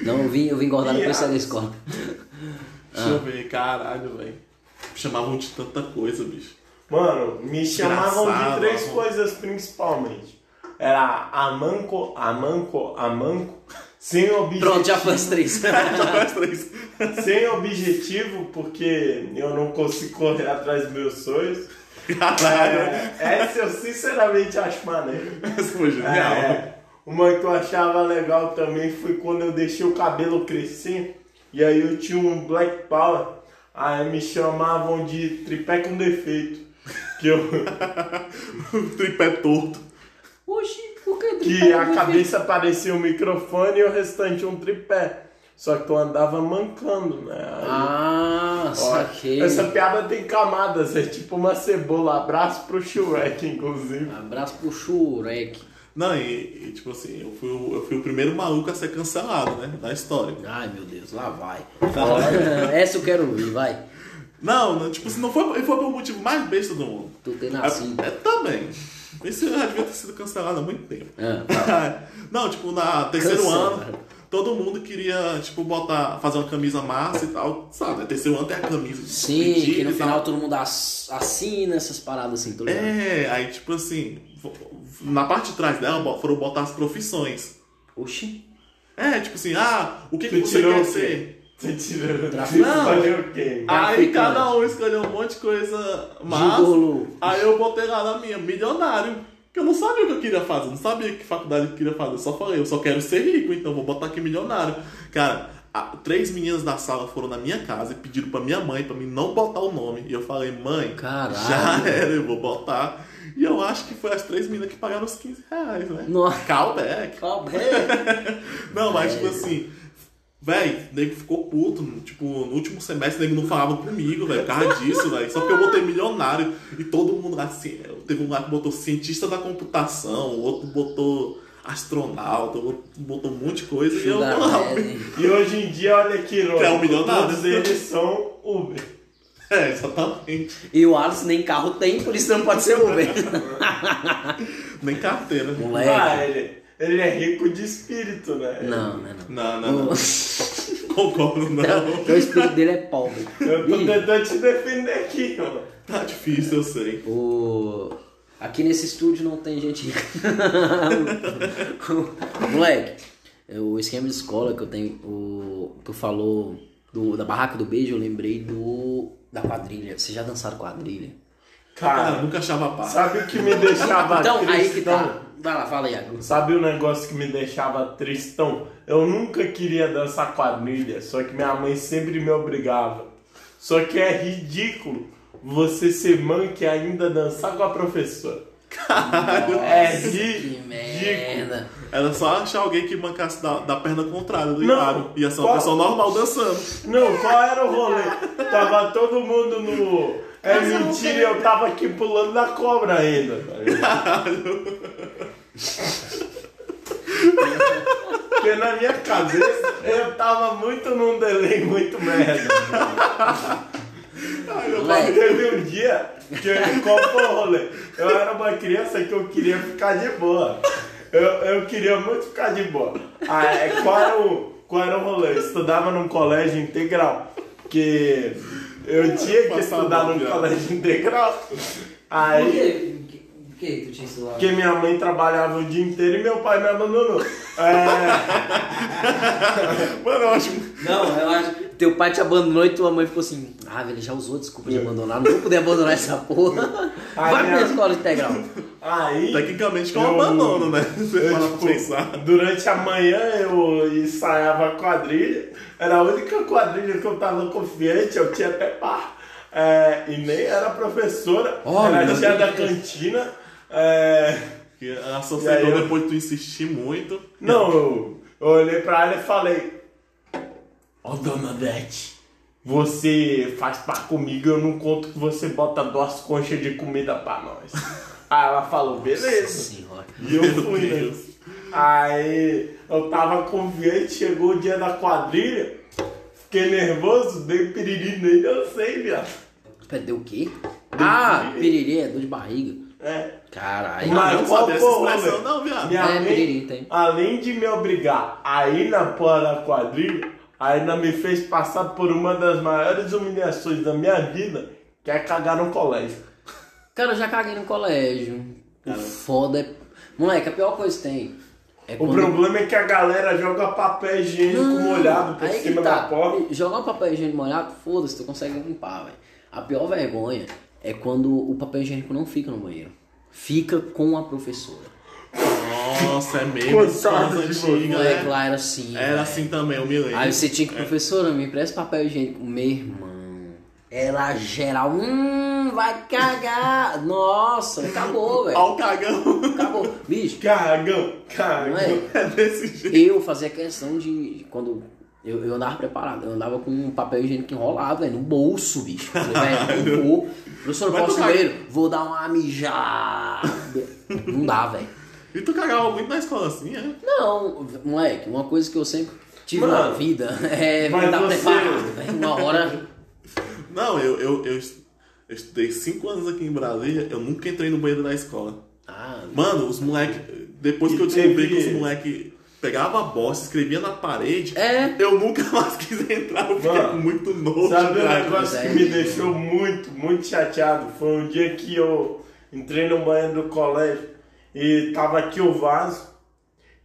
Speaker 2: Não, eu vim, eu vim engordar depois de sair da escola.
Speaker 1: deixa eu ver, caralho, velho. Chamavam de tanta coisa, bicho.
Speaker 3: Mano, me chamavam
Speaker 1: Engraçado,
Speaker 3: de três
Speaker 1: mano.
Speaker 3: coisas principalmente. Era amanco, amanco, amanco, sem objetivo.
Speaker 2: Pronto, já foi as três.
Speaker 1: Nós três.
Speaker 3: Sem objetivo, porque eu não consigo correr atrás dos meus sonhos.
Speaker 1: Caralho.
Speaker 3: É, essa eu sinceramente acho maneiro.
Speaker 1: Essa foi
Speaker 3: É,
Speaker 1: genial.
Speaker 3: uma que eu achava legal também foi quando eu deixei o cabelo crescer. E aí eu tinha um Black Power. Aí me chamavam de tripé com defeito. Que eu.
Speaker 1: O tripé torto.
Speaker 2: Oxi, por que
Speaker 3: que a cabeça parecia um microfone e o restante um tripé. Só que eu andava mancando, né? Aí,
Speaker 2: Ah,
Speaker 3: ó,
Speaker 2: saquei.
Speaker 3: Essa piada tem camadas, é tipo uma cebola. Abraço pro Shrek, inclusive.
Speaker 2: Abraço pro Shurek.
Speaker 1: Não, e, e, tipo assim, eu fui, o, eu fui o primeiro maluco a ser cancelado, né? Na história.
Speaker 2: Ai, meu Deus, lá vai. Essa eu quero ouvir, vai.
Speaker 1: Não, não, tipo assim, não foi, e foi pelo motivo mais besta do mundo.
Speaker 2: Tu ter
Speaker 1: É-
Speaker 2: nascido.
Speaker 1: É, também. Isso já devia ter sido cancelado há muito tempo.
Speaker 2: Ah,
Speaker 1: não, tipo, na terceiro
Speaker 2: Cancela.
Speaker 1: ano, todo mundo queria, tipo, botar, fazer uma camisa massa e tal. Sabe, né? terceiro ano tem a camisa.
Speaker 2: Sim,
Speaker 1: pedida
Speaker 2: que no
Speaker 1: e tal.
Speaker 2: final todo mundo ass- assina essas paradas assim, tô ligado?
Speaker 1: É, aí tipo assim, na parte de trás dela bo- foram botar as profissões.
Speaker 2: Oxi,
Speaker 1: É, tipo assim, ah, o que, que
Speaker 3: Tu
Speaker 1: você
Speaker 3: tirou
Speaker 1: quer
Speaker 3: o quê?
Speaker 1: ser?
Speaker 3: Você tirou
Speaker 2: Traficante.
Speaker 3: Escolheu o quê?
Speaker 1: Aí
Speaker 2: Traficante.
Speaker 1: cada um escolheu um monte de coisa mas
Speaker 2: Gigolo.
Speaker 1: Aí eu botei lá na minha, milionário. Que eu não sabia o que eu queria fazer, não sabia que faculdade eu queria fazer. Eu só falei, eu só quero ser rico, então vou botar aqui milionário. Cara, a- três meninas da sala foram na minha casa e pediram pra minha mãe pra mim não botar o nome. E eu falei, mãe,
Speaker 2: Caralho.
Speaker 1: já era, eu vou botar. E eu acho que foi as três meninas que pagaram os 15 reais, né?
Speaker 2: Nossa. é?
Speaker 1: Calbeck. Não, mas tipo assim, velho, o nego ficou puto. Tipo, no último semestre o nego não falava comigo, velho, por causa disso, velho. Só porque eu botei milionário e todo mundo lá, assim, teve um lá que botou cientista da computação, o outro botou astronauta, o outro botou um monte de coisa e eu
Speaker 2: Da
Speaker 1: não.
Speaker 2: merda, hein?
Speaker 3: E hoje em dia, olha que louco.
Speaker 1: Que é um milionário.
Speaker 3: Todos eles são Uber.
Speaker 1: É, exatamente.
Speaker 2: E o Alisson nem carro tem, por isso não pode ser Uber.
Speaker 1: Nem carteira. né?
Speaker 2: Moleque.
Speaker 3: Ah, ele, ele é rico de espírito, né?
Speaker 2: Não, né, não.
Speaker 1: Não, não, não. Concordo, não.
Speaker 2: Então o espírito dele é pobre.
Speaker 3: Eu tô
Speaker 2: Ih,
Speaker 3: tentando te defender aqui, mano.
Speaker 1: Tá difícil, eu sei.
Speaker 2: O... Aqui nesse estúdio não tem gente. Moleque, é o esquema de escola que eu tenho. O... Tu falou do- da barraca do beijo, eu lembrei do. da quadrilha. Vocês já dançaram quadrilha?
Speaker 1: Cara,
Speaker 3: Cara,
Speaker 1: nunca achava a pá.
Speaker 3: Sabe o que me deixava
Speaker 2: Tá. Então, aí
Speaker 3: triste?
Speaker 2: que tá. Vai lá, fala, Iago.
Speaker 3: Sabe o negócio que me deixava tristão? Eu nunca queria dançar quadrilha, só que minha mãe sempre me obrigava. Só que é ridículo você ser mãe que ainda dançar com a professora. é
Speaker 2: Que
Speaker 3: ridículo.
Speaker 2: merda.
Speaker 1: Era só achar alguém que mancasse da, da perna contrária do
Speaker 3: Não.
Speaker 1: Iago. Ia ser uma
Speaker 3: Qual-
Speaker 1: pessoa normal dançando.
Speaker 3: Não, qual era o rolê? Tava todo mundo no. É mentira, eu tava aqui pulando na cobra ainda. tá ligado? Porque na minha cabeça eu tava muito num delay muito merda.
Speaker 2: Moleque,
Speaker 3: Teve um dia que eu, qual foi o rolê? Eu era uma criança que eu queria ficar de boa. Eu, eu queria muito ficar de boa. Ah, é, qual, era o, qual era o rolê? Eu estudava num colégio integral. Que eu tinha que estudar num colégio integral.
Speaker 2: Por
Speaker 3: Aí.
Speaker 2: que, por que tu tinha estudado?
Speaker 3: Porque minha mãe trabalhava o dia inteiro e meu pai me abandonou. É,
Speaker 1: Mano, eu acho. que-
Speaker 2: Não, eu acho. Teu pai te abandonou e tua mãe ficou assim, ah, velho, já usou desculpa de abandonar, não vou poder abandonar essa porra.
Speaker 3: Ai,
Speaker 2: Vai pra
Speaker 3: minha-
Speaker 2: escola integral.
Speaker 3: aí.
Speaker 1: Tecnicamente que é um
Speaker 3: Eu-
Speaker 1: abandono, né? Você
Speaker 3: Eu,
Speaker 1: para
Speaker 3: tipo,
Speaker 1: pra pensar.
Speaker 3: durante a manhã eu ensaiava quadrilha, era a única quadrilha que eu tava confiante, eu tinha até par. É, e nem era professora,
Speaker 2: Oh,
Speaker 3: era
Speaker 2: meu
Speaker 3: a tia
Speaker 2: Deus.
Speaker 3: da cantina. é,
Speaker 1: Que a
Speaker 3: E aí
Speaker 1: sociedade,
Speaker 3: eu-
Speaker 1: depois de tu insistir muito.
Speaker 3: não, eu, eu olhei pra ela e falei: Ó, dona Beth, você faz par comigo, eu não conto que você bota duas conchas de comida pra nós. Aí ela falou:
Speaker 2: Nossa
Speaker 3: beleza.
Speaker 2: senhora.
Speaker 3: E eu
Speaker 1: Meu
Speaker 3: fui, né?
Speaker 1: Deus.
Speaker 3: Aí eu tava confiante, chegou o dia da quadrilha, fiquei nervoso, dei piriri nele, eu sei, viado.
Speaker 2: Pera, deu o quê? Ah, piriri é dor de barriga.
Speaker 3: É.
Speaker 2: Caralho.
Speaker 1: Mas- não sabia essa
Speaker 3: o rolê?
Speaker 1: expressão não, viado.
Speaker 3: Minha
Speaker 2: É,
Speaker 3: mãe,
Speaker 2: piriri tem.
Speaker 3: Além de me obrigar a ir na porra da quadrilha, ainda me fez passar por uma das maiores humilhações da minha vida, que é cagar no colégio.
Speaker 2: Cara, eu já caguei no colégio. O foda é. Moleque, a pior coisa que tem. É
Speaker 3: O
Speaker 2: quando- Ah,
Speaker 3: problema é que a galera joga papel higiênico molhado por
Speaker 2: Aí que
Speaker 3: cima da
Speaker 2: tá.
Speaker 3: porta.
Speaker 2: Jogar um papel higiênico molhado, foda-se, tu consegue limpar, velho. A pior vergonha é quando o papel higiênico não fica no banheiro. Fica com a professora.
Speaker 1: Nossa, é mesmo.
Speaker 3: Coitado
Speaker 1: coisa
Speaker 3: de você.
Speaker 1: antiga, né?
Speaker 2: Moleque, lá era assim.
Speaker 1: Era
Speaker 2: velho.
Speaker 1: assim É. também, eu me lembro.
Speaker 2: Aí você tinha que, professora, me empresta papel higiênico. Meu irmão, ela geral, hum, vai cagar. Nossa, acabou, velho.
Speaker 1: Ó o cagão.
Speaker 2: Acabou. Bicho,
Speaker 3: Cagão,
Speaker 2: não
Speaker 3: cagão.
Speaker 2: é?
Speaker 1: É desse jeito.
Speaker 2: Eu fazia questão de. de Quando. Eu, eu andava preparado, eu andava com um papel higiênico enrolado, velho, no bolso, bicho. Falei, velho, eu vou. Professor, eu
Speaker 1: Vai
Speaker 2: posso ir no
Speaker 1: tocar.
Speaker 2: banheiro? Vou dar uma mijada. Não dá, velho.
Speaker 1: E tu cagava muito na escola assim, é?
Speaker 2: Não, moleque, uma coisa que eu sempre tive na
Speaker 3: Mano,
Speaker 2: vida é me
Speaker 3: mas
Speaker 2: dar
Speaker 3: você-
Speaker 2: preparado, velho. Uma hora.
Speaker 1: Não, eu, eu, eu, est- eu estudei 5 anos aqui em Brasília, eu nunca entrei no banheiro da escola.
Speaker 2: Ah,
Speaker 1: Mano, os moleques. Depois
Speaker 3: E
Speaker 1: que eu descobri
Speaker 3: teve-
Speaker 1: que os moleques pegavam a bosta, escrevia na parede,
Speaker 2: É.
Speaker 1: eu nunca mais quis entrar, eu fiquei
Speaker 3: Mano,
Speaker 1: com muito nojo.
Speaker 3: Sabe um
Speaker 1: cara.
Speaker 3: negócio que
Speaker 2: velho.
Speaker 3: me deixou muito, muito chateado? Foi um dia que eu entrei no banheiro do colégio e tava aqui o vaso.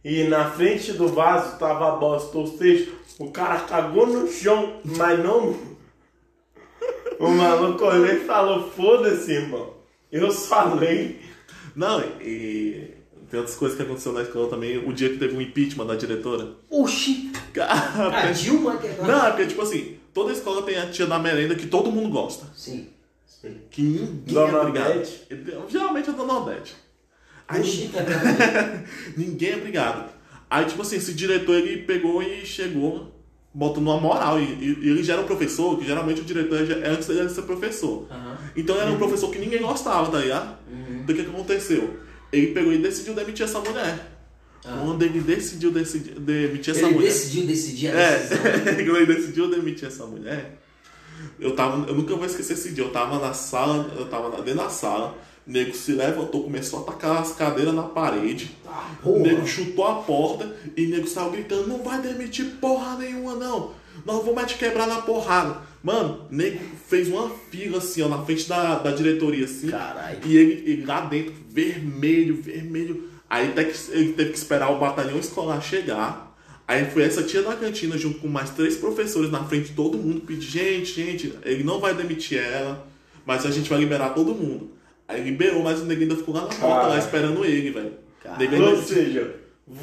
Speaker 3: E na frente do vaso tava a bosta, ou seja, o cara cagou no chão, mas não. O maluco olhou e falou: Foda-se, irmão. Eu falei.
Speaker 1: Não, e. Tem outras coisas que aconteceu na escola também. O dia que teve um impeachment da diretora.
Speaker 2: oxi!
Speaker 4: Ah,
Speaker 1: Cara,
Speaker 2: A Dilma que
Speaker 1: Não, é porque, tipo assim, toda escola tem a tia da merenda que todo mundo gosta.
Speaker 2: Sim.
Speaker 1: Que ninguém
Speaker 3: Dona
Speaker 1: é obrigado.
Speaker 3: Odete?
Speaker 1: Geralmente é Dona Odete. Aí,
Speaker 2: Oxi.
Speaker 4: né?
Speaker 1: ninguém é obrigado. Aí, tipo assim, esse diretor, ele pegou e chegou botando uma moral. E, e- e ele já era um professor, que geralmente o diretor já- é antes dele ser professor. Então ele era um
Speaker 2: Uhum.
Speaker 1: professor que ninguém gostava, tá ligado? Do que, que aconteceu? Ele pegou e decidiu demitir essa mulher. Quando ele decidiu decidi- demitir essa
Speaker 2: Ah. Ele
Speaker 1: mulher...
Speaker 2: decidiu decidir a decisão.
Speaker 1: É, quando ele decidiu demitir essa mulher, eu tava. Eu nunca vou esquecer esse dia. Eu tava na sala, eu tava dentro da sala, o nego se levantou, começou a atacar as cadeiras na parede. o nego chutou a porta e o nego saiu gritando, não vai demitir porra nenhuma, não. Nós vamos é te quebrar na porrada. Mano, o nego fez uma fila assim, ó, na frente da, da diretoria, assim.
Speaker 2: Caralho.
Speaker 1: E ele, ele lá dentro, vermelho, vermelho. Aí até que ele teve que esperar o batalhão escolar chegar. Aí foi essa tia da cantina, junto com mais três professores na frente de todo mundo, pedir, gente, gente, ele não vai demitir ela, mas a gente vai liberar todo mundo. Aí liberou, mas o neguinho ainda ficou lá na porta,
Speaker 3: Cara.
Speaker 1: lá esperando ele, velho. Dei bem
Speaker 3: Ou
Speaker 1: dois.
Speaker 3: seja,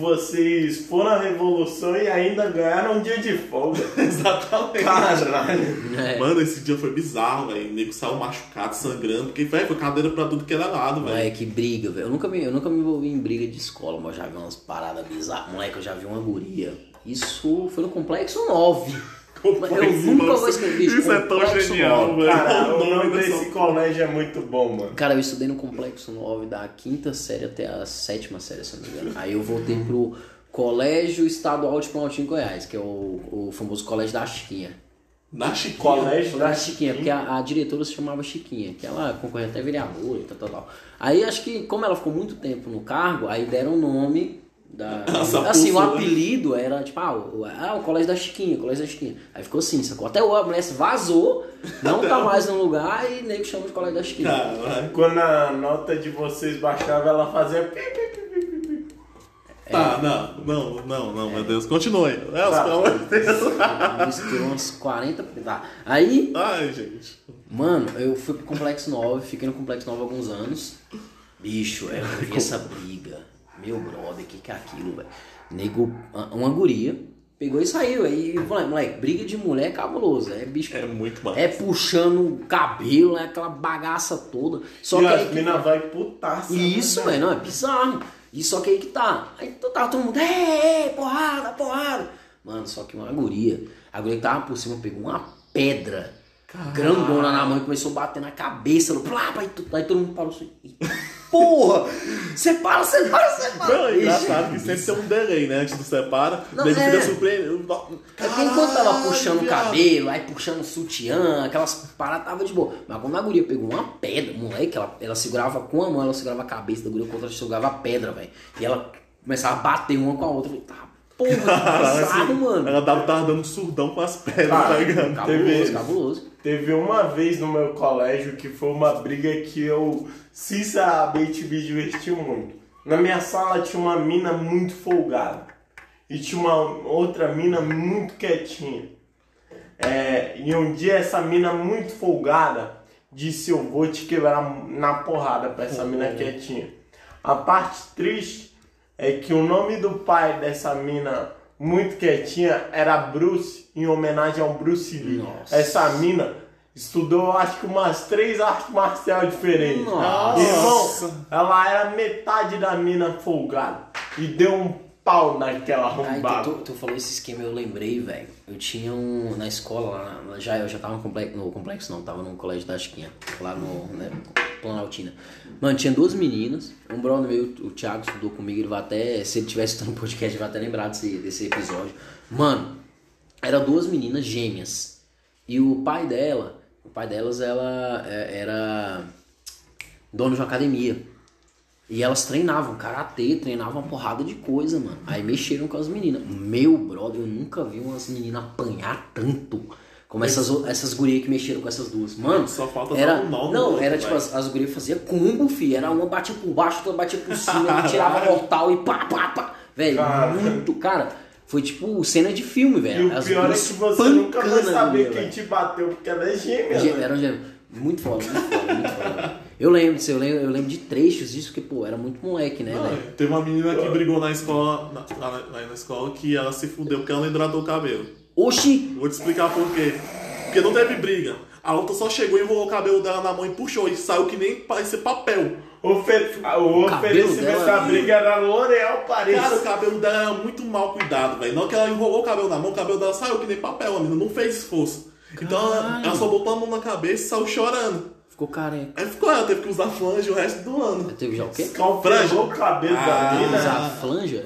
Speaker 3: vocês foram à revolução e ainda ganharam um dia de folga.
Speaker 1: Exatamente.
Speaker 3: Caralho.
Speaker 2: É.
Speaker 1: Mano, esse dia foi bizarro, velho. O nego saiu machucado, sangrando, porque véi, foi cadeira pra tudo que era lado, velho.
Speaker 2: Moleque, que briga, velho. Eu nunca, me, eu nunca me envolvi em briga de escola, mas já vi umas paradas bizarras. Moleque, eu já vi uma guria. Isso foi no Complexo 9. Mas eu
Speaker 1: Complexo
Speaker 2: nunca
Speaker 1: Nove.
Speaker 2: vou escrever bicho,
Speaker 1: Isso é tão
Speaker 2: Complexo
Speaker 1: genial,
Speaker 2: Nove.
Speaker 1: velho. é
Speaker 3: Cara, o nome
Speaker 1: dessa
Speaker 3: desse colégio é muito bom, mano.
Speaker 2: Cara, eu estudei no Complexo 9 da quinta série até a sétima série, se eu não me engano. Aí eu voltei pro Colégio Estadual de Planaltinho Goiás, que é o, o famoso Colégio da Chiquinha.
Speaker 1: Na Chicola.
Speaker 3: Colégio né?
Speaker 2: Da Chiquinha, porque a, a diretora se chamava Chiquinha, que ela concorria até vereador e tal, tal, tal. Aí acho que, como ela ficou muito tempo no cargo, aí deram o nome da.
Speaker 1: Essa
Speaker 2: assim, o
Speaker 1: pulsa, né?
Speaker 2: apelido era tipo, ah o, ah, o colégio da Chiquinha, o colégio da Chiquinha. Aí ficou assim, sacou? Até o a mulher se vazou, não tá mais no lugar e nem chama de colégio da Chiquinha.
Speaker 1: Caralho.
Speaker 3: Quando a nota de vocês baixava, ela fazia pi, pi, pi, pi, pi, pi.
Speaker 1: Tá, não, não, não, não, meu Deus. Continue. É, Elcio,
Speaker 3: Tá.
Speaker 1: pelo amor de Deus.
Speaker 2: Misturou uns 40. Tá. Aí,
Speaker 1: Ai, gente.
Speaker 2: mano, eu fui pro Complexo 9, fiquei no Complexo 9 há alguns anos. Bicho, é, eu vi essa briga. Meu brother, que que é aquilo, velho? Nego, uma guria, pegou e saiu. Aí, moleque, moleque, briga de mulher é cabuloso. É bicho.
Speaker 1: É muito mal.
Speaker 2: É puxando o cabelo, é aquela bagaça toda. Só
Speaker 3: e
Speaker 2: que aí
Speaker 3: as
Speaker 2: que
Speaker 3: minas vai putaça.
Speaker 2: isso,
Speaker 3: né?
Speaker 2: velho, não, é bizarro. E só que aí que tá. Aí t- tava todo mundo, é, é, porrada, porrada. Mano, só que uma guria. A guria que tava por cima pegou uma pedra grandona na mão e começou a bater na cabeça. No, plá, aí, tu- aí todo mundo parou assim. "Eita, Porra! Separa, separa, separa!
Speaker 1: Não, é
Speaker 2: Ixi.
Speaker 1: engraçado que sempre tem um delay, né? Antes do separa,
Speaker 2: Não,
Speaker 1: nego
Speaker 2: é.
Speaker 1: fica surpreendido.
Speaker 2: É porque enquanto tava puxando o
Speaker 1: Caralho,
Speaker 2: cabelo, aí puxando o sutiã, aquelas paradas tava de boa. Mas quando a guria pegou uma pedra, moleque, ela, ela segurava com a mão, ela segurava a cabeça da guria, com a outra ela segurava a pedra, velho. E ela começava a bater uma com a outra. Eu falei, tá, porra, que
Speaker 1: Caralho,
Speaker 2: pesado,
Speaker 1: assim,
Speaker 2: mano.
Speaker 1: Ela tava, tava dando surdão com as pedras,
Speaker 3: Ah,
Speaker 1: tá ligado?
Speaker 2: Cabuloso,
Speaker 3: teve-
Speaker 2: cabuloso.
Speaker 3: Teve uma vez no meu colégio que foi uma briga que eu sinceramente me diverti muito. Na minha sala tinha uma mina muito folgada e tinha uma outra mina muito quietinha. É, e um dia essa mina muito folgada disse eu vou te quebrar na porrada pra essa mina
Speaker 2: Uhum.
Speaker 3: quietinha. A parte triste é que o nome do pai dessa mina muito quietinha era Bruce, em homenagem ao Bruce Lee.
Speaker 2: Nossa.
Speaker 3: Essa mina estudou acho que umas três artes marciais diferentes.
Speaker 2: Nossa.
Speaker 3: Irmão, ela era metade da mina folgada e deu um pau naquela
Speaker 2: Aí
Speaker 3: arrombada.
Speaker 2: tu, tu- tu falou esse esquema, eu lembrei, velho. Eu tinha um. Na escola, lá, na- já, eu já tava no complexo, no complexo não, tava no colégio da Chiquinha, lá no. Né, Planaltina. Mano, tinha duas meninas. Um brother meu, o Thiago, estudou comigo, ele vai até. Se ele tivesse escutando o podcast, ele vai até lembrar desse, desse episódio. Mano, eram duas meninas gêmeas. E o pai dela, o pai delas, ela é, era dono de uma academia. E elas treinavam karatê, treinavam uma porrada de coisa, mano. Aí mexeram com as meninas. Meu brother, eu nunca vi umas meninas apanhar tanto como essas, o- essas gurias que mexeram com essas duas. Mano,
Speaker 1: Só falta
Speaker 2: era,
Speaker 1: dar um nó no
Speaker 2: Não,
Speaker 1: outro,
Speaker 2: era tipo,
Speaker 1: vai.
Speaker 2: as, as gurias faziam combo, fi. Era uma batia por baixo, outra batia por cima, ele tirava mortal e pá, pá, pá. Velho,
Speaker 3: Cara.
Speaker 2: muito. Cara, foi tipo cena de filme,
Speaker 3: E
Speaker 2: velho.
Speaker 3: o
Speaker 2: As
Speaker 3: pior é
Speaker 2: duas
Speaker 3: que você nunca vai
Speaker 2: pancando a
Speaker 3: saber
Speaker 2: guria,
Speaker 3: quem
Speaker 2: velho.
Speaker 3: te bateu, porque ela é gêmea.
Speaker 2: Ge-
Speaker 3: né?
Speaker 2: Era um gênero. Muito foda, muito foda, muito foda. Eu lembro, disso, eu lembro, eu lembro de trechos disso, porque, pô, era muito moleque, né?
Speaker 1: Ah,
Speaker 2: velho?
Speaker 1: Teve uma menina que brigou na escola, na, lá na- lá na escola, que ela se fudeu porque ela hidratou o cabelo.
Speaker 2: Oxi!
Speaker 1: Vou te explicar por quê. Porque não teve briga. A outra só chegou, enrolou o cabelo dela na mão e puxou, e saiu que nem parecia papel.
Speaker 3: Ofe- O
Speaker 2: cabelo
Speaker 3: oferecimento
Speaker 2: dela
Speaker 3: da
Speaker 2: é-
Speaker 3: briga era L'Oréal Paris.
Speaker 1: Cara, o cabelo dela era muito mal cuidado, velho. Na hora que ela enrolou o cabelo na mão, o cabelo dela saiu que nem papel, a menina não fez esforço. Então ela, ela só botou a mão na cabeça e saiu chorando.
Speaker 2: Ficou careca.
Speaker 1: Aí ficou ela, teve que usar flange o resto do ano.
Speaker 2: Teve já o quê?
Speaker 1: Franja.
Speaker 3: Calculou o né? cabelo da
Speaker 1: Ah.
Speaker 3: mina,
Speaker 2: Usar a flanja?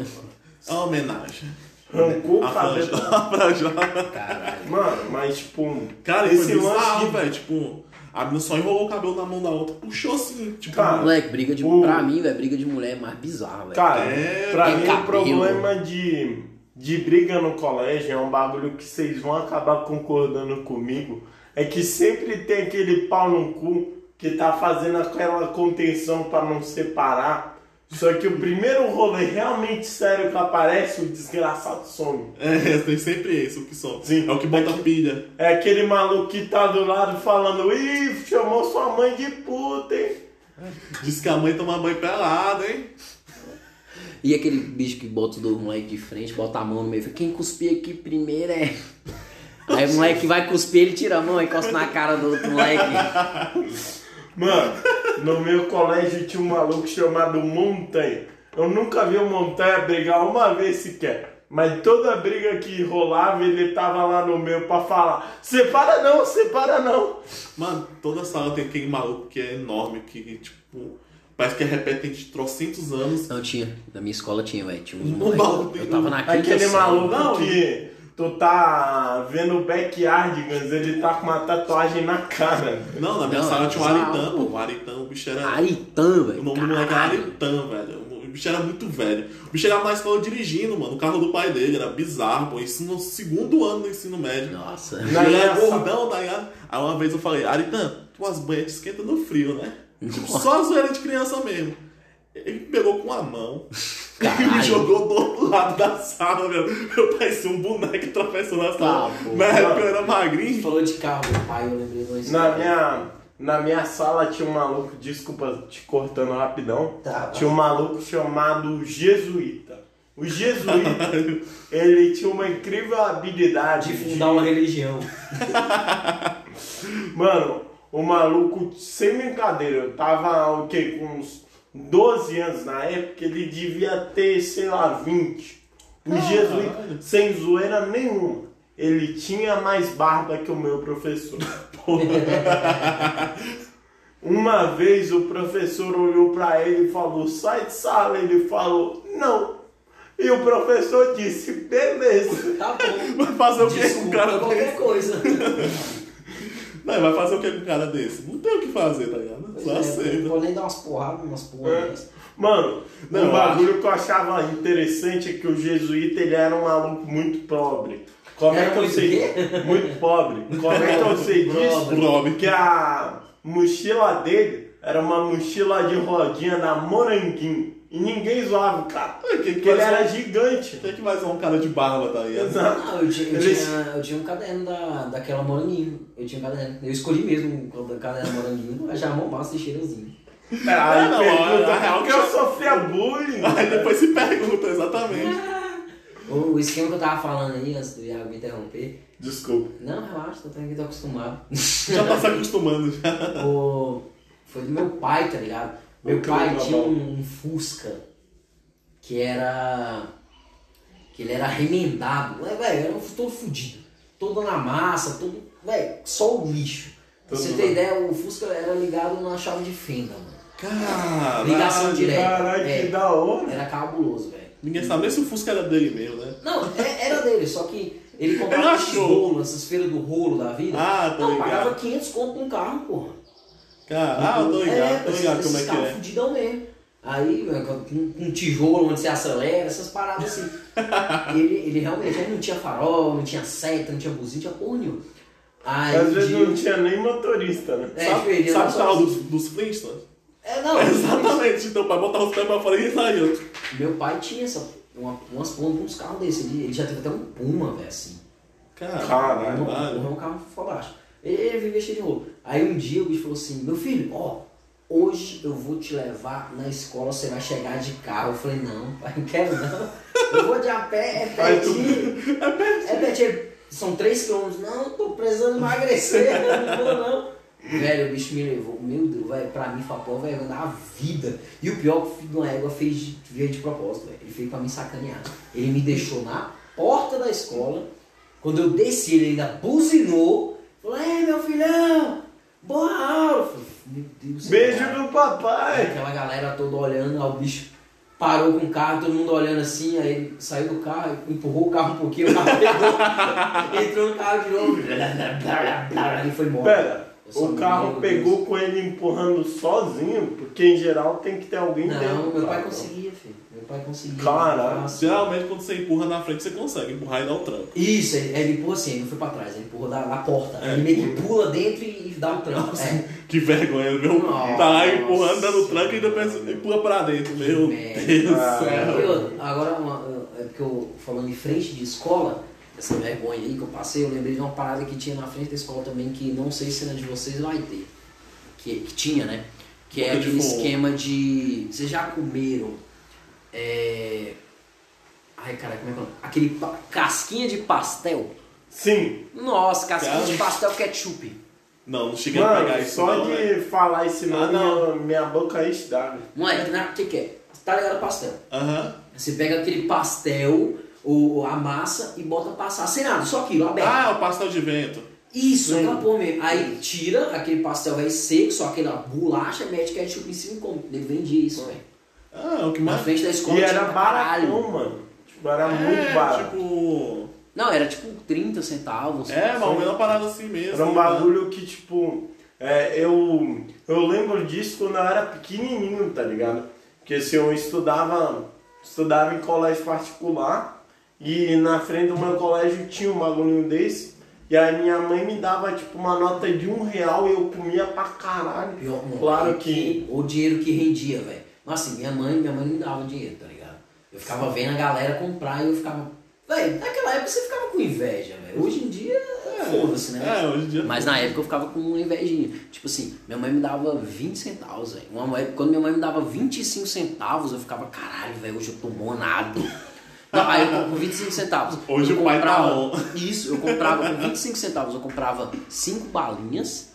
Speaker 1: É uma homenagem.
Speaker 3: arrancou
Speaker 1: A tá.
Speaker 3: o cabelo
Speaker 1: franja.
Speaker 3: da
Speaker 1: A franja.
Speaker 2: Caralho.
Speaker 3: Mano, mas tipo.
Speaker 1: Cara,
Speaker 3: esse
Speaker 1: esse foi bizarro,
Speaker 3: lance
Speaker 1: velho. Tipo, a menina só enrolou o cabelo na mão da outra, puxou assim. Tipo,
Speaker 3: Cara,
Speaker 2: Moleque, briga de.
Speaker 3: O-
Speaker 2: Pra mim, velho, briga de mulher é mais bizarra,
Speaker 3: de-
Speaker 2: velho.
Speaker 3: Cara,
Speaker 1: É,
Speaker 3: pra
Speaker 2: tem
Speaker 3: mim
Speaker 2: cabelo.
Speaker 3: o problema de, de briga no colégio é um bagulho que vocês vão acabar concordando comigo. É que sempre tem aquele pau no cu que tá fazendo aquela contenção pra não separar. Só que o primeiro rolê realmente sério que aparece, o desgraçado some.
Speaker 1: é, tem sempre esse o que só.
Speaker 3: Sim.
Speaker 1: É o que bota pilha.
Speaker 3: É aquele maluco que tá do lado falando, ih, chamou sua mãe de puta, hein?
Speaker 1: Diz que a mãe toma banho pelada, hein?
Speaker 2: E aquele bicho que bota os dois moleques de frente, bota a mão no meio. Fala, Quem cuspir aqui primeiro é. Aí o moleque vai cuspir, ele tira a mão e encosta na cara do outro moleque.
Speaker 3: Mano, no meu colégio tinha um maluco chamado Montanha. Eu nunca vi o Montanha brigar uma vez sequer. Mas toda briga que rolava, ele tava lá no meio pra falar: separa não, separa não.
Speaker 1: Mano, toda sala tem aquele maluco que é enorme, que, tipo, parece que repete de trocentos anos.
Speaker 2: Não Então, tinha. Na minha escola tinha, velho. Tinha
Speaker 1: Um
Speaker 2: um moleque.
Speaker 1: maluco.
Speaker 2: Eu tava na quinta
Speaker 3: Aquele
Speaker 2: série.
Speaker 3: maluco
Speaker 1: não.
Speaker 3: que tu tá vendo o backyardigans, ele tá com uma tatuagem na cara.
Speaker 1: Não, na minha
Speaker 2: Não,
Speaker 1: sala tinha o
Speaker 2: bizarro,
Speaker 1: Aritã, pô.
Speaker 2: pô.
Speaker 1: O Aritã, o bicho era.
Speaker 2: Aritã, velho.
Speaker 1: O nome do moleque era
Speaker 2: Caralho.
Speaker 1: Aritã, velho. O bicho era muito velho. O bicho era na escola dirigindo, mano. O carro do pai dele era bizarro, pô. Isso no segundo ano do ensino médio.
Speaker 2: Nossa.
Speaker 1: Ele era gordão, tá ligado? Aí uma vez eu falei, Aritã, tuas banhas te esquentam no frio, né? Tipo, só a zoeira de criança mesmo. Ele me pegou com a mão e me
Speaker 2: Caralho.
Speaker 1: jogou do outro lado da sala, velho. Eu parecia um boneco atravessando a sala.
Speaker 2: Tá, pô.
Speaker 1: Na época eu era magrinho.
Speaker 4: Falou de carro, meu pai, eu lembrei de uma história.
Speaker 3: Na minha, na minha sala tinha um maluco, desculpa te cortando rapidão,
Speaker 4: Tá.
Speaker 3: tinha um maluco chamado Jesuíta. O Jesuíta, ele tinha uma incrível habilidade
Speaker 4: De fundar uma religião.
Speaker 3: Mano, o maluco, sem brincadeira, eu tava o quê? Com uns 12 anos na época, ele devia ter, sei lá, 20. O Jesuíta, sem zoeira nenhuma. Ele tinha mais barba que o meu professor. Uma vez o professor olhou pra ele e falou: sai de sala. Ele falou: não. E o professor disse: beleza.
Speaker 4: Tá bom.
Speaker 1: Vai fazer o que com um
Speaker 3: tá
Speaker 4: Desculpa
Speaker 1: cara desse?
Speaker 4: qualquer coisa.
Speaker 1: Não, vai fazer o que com um cara desse? Não tem o que fazer, tá ligado? Só
Speaker 4: É,
Speaker 2: né?
Speaker 1: aceita.
Speaker 4: Vou nem dar umas porradas, umas
Speaker 3: É.
Speaker 4: porradas.
Speaker 3: Mano,
Speaker 1: Não,
Speaker 3: um bagulho que eu achava interessante é que o jesuíta ele era um maluco muito pobre. Como é
Speaker 4: Era
Speaker 3: que eu
Speaker 4: muito
Speaker 3: sei? Muito pobre. Como é que eu sei disso?
Speaker 1: Pobre.
Speaker 3: Porque a mochila dele era uma mochila de rodinha da Moranguinho. E ninguém zoava o cara.
Speaker 1: Ué, que-
Speaker 3: Porque ele era gigante.
Speaker 1: Quem é que vai ser um cara de barba, tá ligado?
Speaker 4: Não, Ah, eu, tinha, eu,
Speaker 3: Eles-
Speaker 4: tinha, eu tinha um caderno da, daquela moranguinho. Eu tinha um caderno. Eu escolhi mesmo o caderno moranguinho, já arrumou massa e cheirosinho.
Speaker 3: Aí
Speaker 1: É, não,
Speaker 3: pergunta,
Speaker 1: a real
Speaker 3: porque
Speaker 1: que
Speaker 3: eu
Speaker 1: eu-
Speaker 3: sofria bullying.
Speaker 1: Aí depois se pergunta, exatamente.
Speaker 4: O, o esquema que eu tava falando aí antes do Iago me interromper.
Speaker 3: Desculpa.
Speaker 4: Não, relaxa, tô tranquilo, tô acostumado.
Speaker 1: Já tá se acostumando já.
Speaker 4: o, foi do meu pai, tá ligado? Meu
Speaker 3: Nunca
Speaker 4: pai
Speaker 3: lembro a
Speaker 4: tinha
Speaker 3: bola.
Speaker 4: um, um Fusca que era. que ele era remendado. Ué, velho, era um Fusca todo fudido. Todo na massa, todo. Velho, só o lixo. Pra
Speaker 3: Todo
Speaker 4: você
Speaker 3: na-
Speaker 4: ter ideia, o Fusca era ligado na chave de fenda, mano.
Speaker 1: Cara,
Speaker 4: Ligação direta.
Speaker 3: Caralho, que
Speaker 4: É.
Speaker 3: da hora.
Speaker 4: Era cabuloso, velho.
Speaker 1: ninguém sabe nem se o Fusca era dele mesmo, né?
Speaker 4: Não, é- era dele, só que ele
Speaker 1: Ele
Speaker 4: comprava esses
Speaker 1: achou.
Speaker 4: rolos, essas feiras do rolo da vida.
Speaker 1: Ah, tô
Speaker 4: não, pagava
Speaker 1: ligado.
Speaker 4: 500 conto num carro, porra.
Speaker 1: Cara, ah, eu tô ligado, tô ligado como é que é.
Speaker 4: tá fudidão mesmo. Aí, velho, com, com um tijolo onde você acelera, essas paradas assim. ele, ele realmente ele não tinha farol, não tinha seta, não tinha buzina, não tinha porra nenhuma. Aí,
Speaker 3: Às vezes
Speaker 4: de- um-
Speaker 3: não tinha nem motorista, né?
Speaker 4: É, tipo,
Speaker 1: Sabe,
Speaker 4: ele
Speaker 1: sabe
Speaker 4: era
Speaker 1: o
Speaker 4: só-
Speaker 1: carro dos, dos Flintstones?
Speaker 4: É, não,
Speaker 1: Exatamente, então pra botar os pés pra fora e saiu.
Speaker 4: Meu pai tinha essa, uma, umas porra, uns carros desses. Ele, ele já teve até um Puma, velho, assim.
Speaker 1: Cara,
Speaker 3: Caralho.
Speaker 4: Porra, é um carro fodástico. Ele, ele vivia cheio de rolo. Aí um dia o bicho falou assim, meu filho, ó, hoje eu vou te levar na escola, você vai chegar de carro. Eu falei, não, pai, não quero não. Eu vou de a pé, é
Speaker 3: Aí tu-
Speaker 4: pertinho. É pertinho. São 3 quilômetros. Não, eu tô precisando emagrecer, eu não vou não. Velho, o bicho me levou. Meu Deus, velho, pra mim, Fapó, velho, na vida. E o pior é que o filho de uma égua fez de, veio de propósito, velho. Ele fez pra me sacanear. Ele me deixou na porta da escola. Quando eu desci, ele ainda buzinou. Falou, é, meu filhão, boa aula. Eu falei, Meu Deus do
Speaker 3: Beijo
Speaker 4: céu.
Speaker 3: do papai.
Speaker 4: Aquela galera toda olhando, aí o bicho parou com o carro, todo mundo olhando assim, aí ele saiu do carro, empurrou o carro um pouquinho, o carro pegou, entrou no carro de novo, blá, blá, blá, blá, blá, e foi embora.
Speaker 3: Pera,
Speaker 4: Eu só
Speaker 3: o
Speaker 4: me
Speaker 3: carro
Speaker 4: lembro
Speaker 3: pegou com ele empurrando sozinho, porque em geral tem que ter alguém
Speaker 4: disso.
Speaker 3: dentro.
Speaker 4: Não,
Speaker 3: do
Speaker 4: meu pai
Speaker 3: carro.
Speaker 4: conseguia, filho. Meu pai conseguia. assim.
Speaker 3: Caralho.
Speaker 4: Nossa.
Speaker 1: Geralmente quando você empurra na frente, você consegue empurrar e dar um trampo.
Speaker 4: Isso, ele, ele empurrou assim, ele não foi pra trás, ele empurrou da, da porta.
Speaker 3: É,
Speaker 4: Ele meio que pula dentro e, e dá um tranco. É.
Speaker 1: Que vergonha, meu.
Speaker 4: Nossa.
Speaker 1: Tá lá empurrando, dando tranco e ainda pensa, empurra pra dentro. Meu
Speaker 4: merda.
Speaker 1: Deus do
Speaker 4: É porque
Speaker 1: céu.
Speaker 4: eu- agora, uma- é porque eu falando em frente de escola, essa vergonha aí que eu passei, eu lembrei de uma parada que tinha na frente da escola também, que não sei se na de vocês vai ter. Que, que tinha, né? Que é
Speaker 1: Boca de
Speaker 4: aquele
Speaker 1: forró.
Speaker 4: esquema de. Vocês já comeram
Speaker 2: É. Ai, cara, como é que é? o nome? Aquele pa- casquinha de pastel.
Speaker 3: Sim.
Speaker 2: Nossa, casquinha
Speaker 1: Cara.
Speaker 2: de pastel ketchup.
Speaker 1: Não, não cheguei a pegar
Speaker 3: Mano,
Speaker 1: isso
Speaker 3: só
Speaker 1: não, né?
Speaker 3: de
Speaker 1: velho.
Speaker 3: falar esse nome,
Speaker 1: Ah, não.
Speaker 3: minha, minha boca é aí estraga.
Speaker 2: Moleque,
Speaker 4: né?
Speaker 2: o que, que é? Tá ligado pastel?
Speaker 1: Aham.
Speaker 2: Você pega aquele pastel, ou ou a massa, e bota passar sem nada, só aquilo, aberto.
Speaker 1: Ah, é o pastel de vento.
Speaker 2: Isso,
Speaker 3: Sim.
Speaker 2: aquela porra mesmo. Aí tira aquele pastel velho seco, só aquela bolacha, mete ketchup em cima e come. Ele vendia isso, velho.
Speaker 1: Ah, é o que
Speaker 2: Na
Speaker 1: mais...
Speaker 2: frente da escola
Speaker 3: E
Speaker 2: tinha
Speaker 3: era
Speaker 2: pra caralho.
Speaker 3: baratão, mano. Tipo, era muito
Speaker 1: É,
Speaker 3: barato.
Speaker 1: tipo...
Speaker 2: Não, era tipo 30 centavos.
Speaker 1: É, mas uma parada assim mesmo.
Speaker 3: Era um
Speaker 1: né?
Speaker 3: bagulho que, tipo, é, eu, eu lembro disso quando eu era pequenininho, tá ligado? Porque assim, eu estudava, estudava em colégio particular e na frente do meu colégio tinha um bagulho desse. E a minha mãe me dava, tipo, uma nota de um real e eu comia pra caralho.
Speaker 2: Pior, mano,
Speaker 3: claro
Speaker 2: e
Speaker 3: que...
Speaker 2: O dinheiro que rendia, velho. Mas assim, minha mãe, minha mãe não dava dinheiro, tá ligado? Eu ficava vendo a galera comprar e eu ficava. Velho, naquela época você ficava com inveja, velho. Hoje em dia, foda-se, né?
Speaker 1: É, hoje em dia...
Speaker 2: Mas na época eu ficava com uma invejinha. Tipo assim, minha mãe me dava 20 centavos, velho. Uma época, quando minha mãe me dava 25 centavos, eu ficava, caralho, velho, hoje eu tô monado. Não, aí eu com 25 centavos.
Speaker 1: Hoje
Speaker 2: eu
Speaker 1: o pai
Speaker 2: comprava, um.
Speaker 1: tá on.
Speaker 2: Isso, eu comprava com 25 centavos, eu comprava 5 balinhas,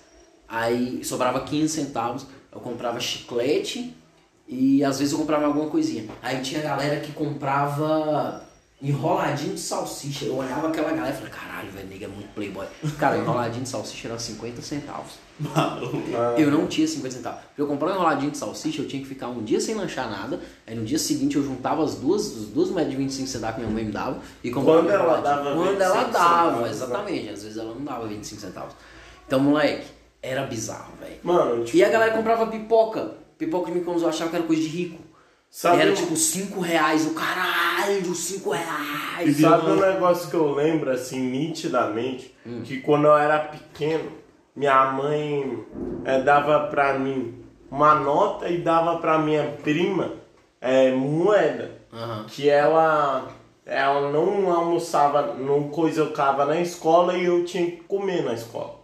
Speaker 2: aí sobrava 15 centavos, eu comprava chiclete e às vezes eu comprava alguma coisinha. Aí tinha galera que comprava enroladinho de salsicha. Eu olhava aquela galera e falava, caralho, velho, nega é muito playboy. Cara, enroladinho de salsicha era 50 centavos. Eu não tinha 50 centavos. Pra eu comprar um enroladinho de salsicha, eu tinha que ficar um dia sem lanchar nada. Aí no dia seguinte eu juntava as duas, as duas médias de 25 centavos que minha mãe me dava. E comprava
Speaker 3: Quando
Speaker 2: um
Speaker 3: ela
Speaker 2: enroladinho.
Speaker 3: dava
Speaker 2: Quando ela
Speaker 3: 25
Speaker 2: dava,
Speaker 3: centavos, né?
Speaker 2: exatamente. Às vezes ela não dava 25 centavos. Então, moleque, era bizarro, velho.
Speaker 3: Mano, tipo,
Speaker 2: E a galera comprava pipoca. Pipoca de micro eu achava que era coisa de rico.
Speaker 3: Sabe
Speaker 2: e era
Speaker 3: um-
Speaker 2: tipo 5 reais. Eu, caralho, 5 reais.
Speaker 3: Sabe um negócio que eu lembro, assim, nitidamente?
Speaker 2: Hum.
Speaker 3: Que quando eu era pequeno, minha mãe eh, dava pra mim uma nota e dava pra minha prima eh, moeda.
Speaker 2: Aham.
Speaker 3: Que ela, ela não almoçava, não coisocava na escola e eu tinha que comer na escola.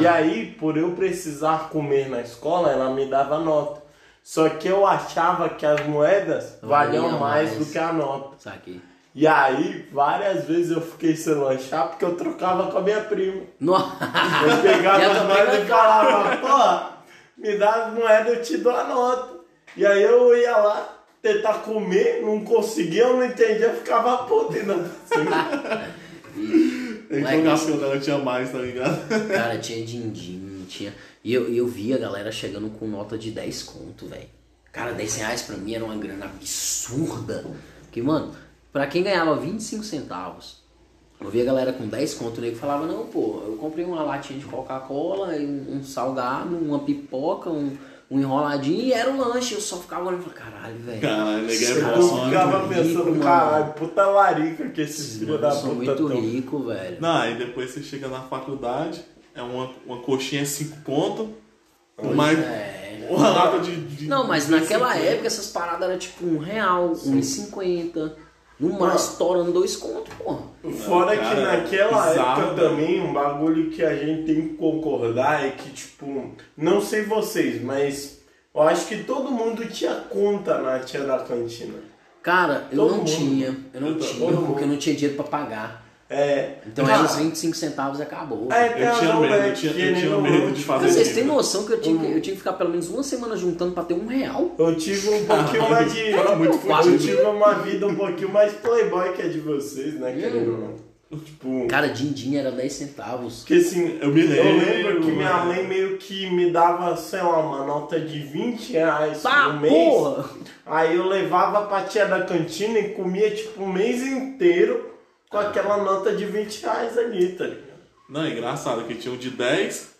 Speaker 3: E aí, por eu precisar comer na escola, ela me dava nota. Só que eu achava que as moedas
Speaker 2: Valia
Speaker 3: valiam mais
Speaker 2: mais.
Speaker 3: do que a nota.
Speaker 2: Saquei.
Speaker 3: E aí, várias vezes eu fiquei sem lanchar porque eu trocava com a minha prima.
Speaker 2: Nossa.
Speaker 3: Eu
Speaker 2: E
Speaker 3: pegava
Speaker 2: ela
Speaker 3: as moedas
Speaker 2: pegava-
Speaker 3: e falava, pô, me dá as moedas, eu te dou a nota. E aí eu ia lá tentar comer, não conseguia, eu não entendia, ficava puto ainda.
Speaker 1: Tem que
Speaker 2: Moleque,
Speaker 1: jogar assim, o cara tinha mais, tá ligado?
Speaker 2: Cara, tinha din-din, tinha. E eu, e eu vi a galera chegando com nota de 10 conto, velho. Cara, 10 reais pra mim era uma grana absurda. Porque, mano, pra quem ganhava 25 centavos, eu via a galera com 10 conto, o nego falava, não, pô, eu comprei uma latinha de Coca-Cola, e um, um salgado, uma pipoca, um, um enroladinho e era um lanche. Eu só ficava olhando e falava, caralho, velho.
Speaker 1: Caralho, ninguém é
Speaker 3: Eu
Speaker 1: bom, né?
Speaker 3: ficava
Speaker 2: muito rico,
Speaker 3: pensando, caralho, puta larica que esses filhos da
Speaker 2: Eu sou
Speaker 3: puta
Speaker 2: muito
Speaker 3: tão.
Speaker 2: rico, velho.
Speaker 1: Não, aí depois você chega na faculdade, é uma, uma coxinha 5 conto,
Speaker 2: Pois
Speaker 1: mais
Speaker 2: é.
Speaker 1: uma lata de, de-
Speaker 2: Não, mas
Speaker 1: de
Speaker 2: naquela
Speaker 1: 50.
Speaker 2: época essas paradas eram tipo um real, um e cinquenta, no mais estourando dois conto, porra.
Speaker 3: Fora
Speaker 1: Cara,
Speaker 3: que naquela
Speaker 1: bizarro,
Speaker 3: época
Speaker 1: né?
Speaker 3: também, um bagulho que a gente tem que concordar é que, tipo, não sei vocês, mas eu acho que todo mundo tinha conta na tia da cantina.
Speaker 2: Cara, eu
Speaker 3: Todo
Speaker 2: não
Speaker 3: mundo.
Speaker 2: tinha, eu não
Speaker 1: Eu tô-
Speaker 2: tinha,
Speaker 1: todo
Speaker 2: porque
Speaker 1: mundo.
Speaker 2: eu não tinha dinheiro pra pagar.
Speaker 3: É.
Speaker 2: Então
Speaker 3: cara,
Speaker 2: era uns 25 centavos e acabou.
Speaker 3: é, tem
Speaker 1: Eu tinha
Speaker 3: razão,
Speaker 1: medo,
Speaker 3: né,
Speaker 1: eu tinha,
Speaker 3: que
Speaker 1: eu
Speaker 3: ele
Speaker 1: tinha
Speaker 3: não-
Speaker 1: medo de fazer
Speaker 2: Cara, vocês
Speaker 1: isso.
Speaker 2: têm noção que eu tinha, que eu tinha que ficar pelo menos uma semana juntando pra ter um real?
Speaker 3: Eu tive um pouquinho mais de.
Speaker 1: Era muito
Speaker 3: eu
Speaker 2: fudido.
Speaker 3: tive uma vida um pouquinho mais playboy que a de vocês, né, querido? Tipo.
Speaker 2: Cara, din-din era 10 centavos.
Speaker 3: Porque assim,
Speaker 1: Eu me lembro,
Speaker 3: lembro que minha
Speaker 1: mano.
Speaker 3: mãe meio que me dava, sei lá, uma nota de 20 reais
Speaker 2: Tá,
Speaker 3: por Um mês.
Speaker 2: porra!
Speaker 3: Aí eu levava pra tia da cantina e comia tipo um mês inteiro com
Speaker 1: É.
Speaker 3: aquela nota de 20 reais ali, tá ligado?
Speaker 1: Não, é engraçado que tinha um de 10,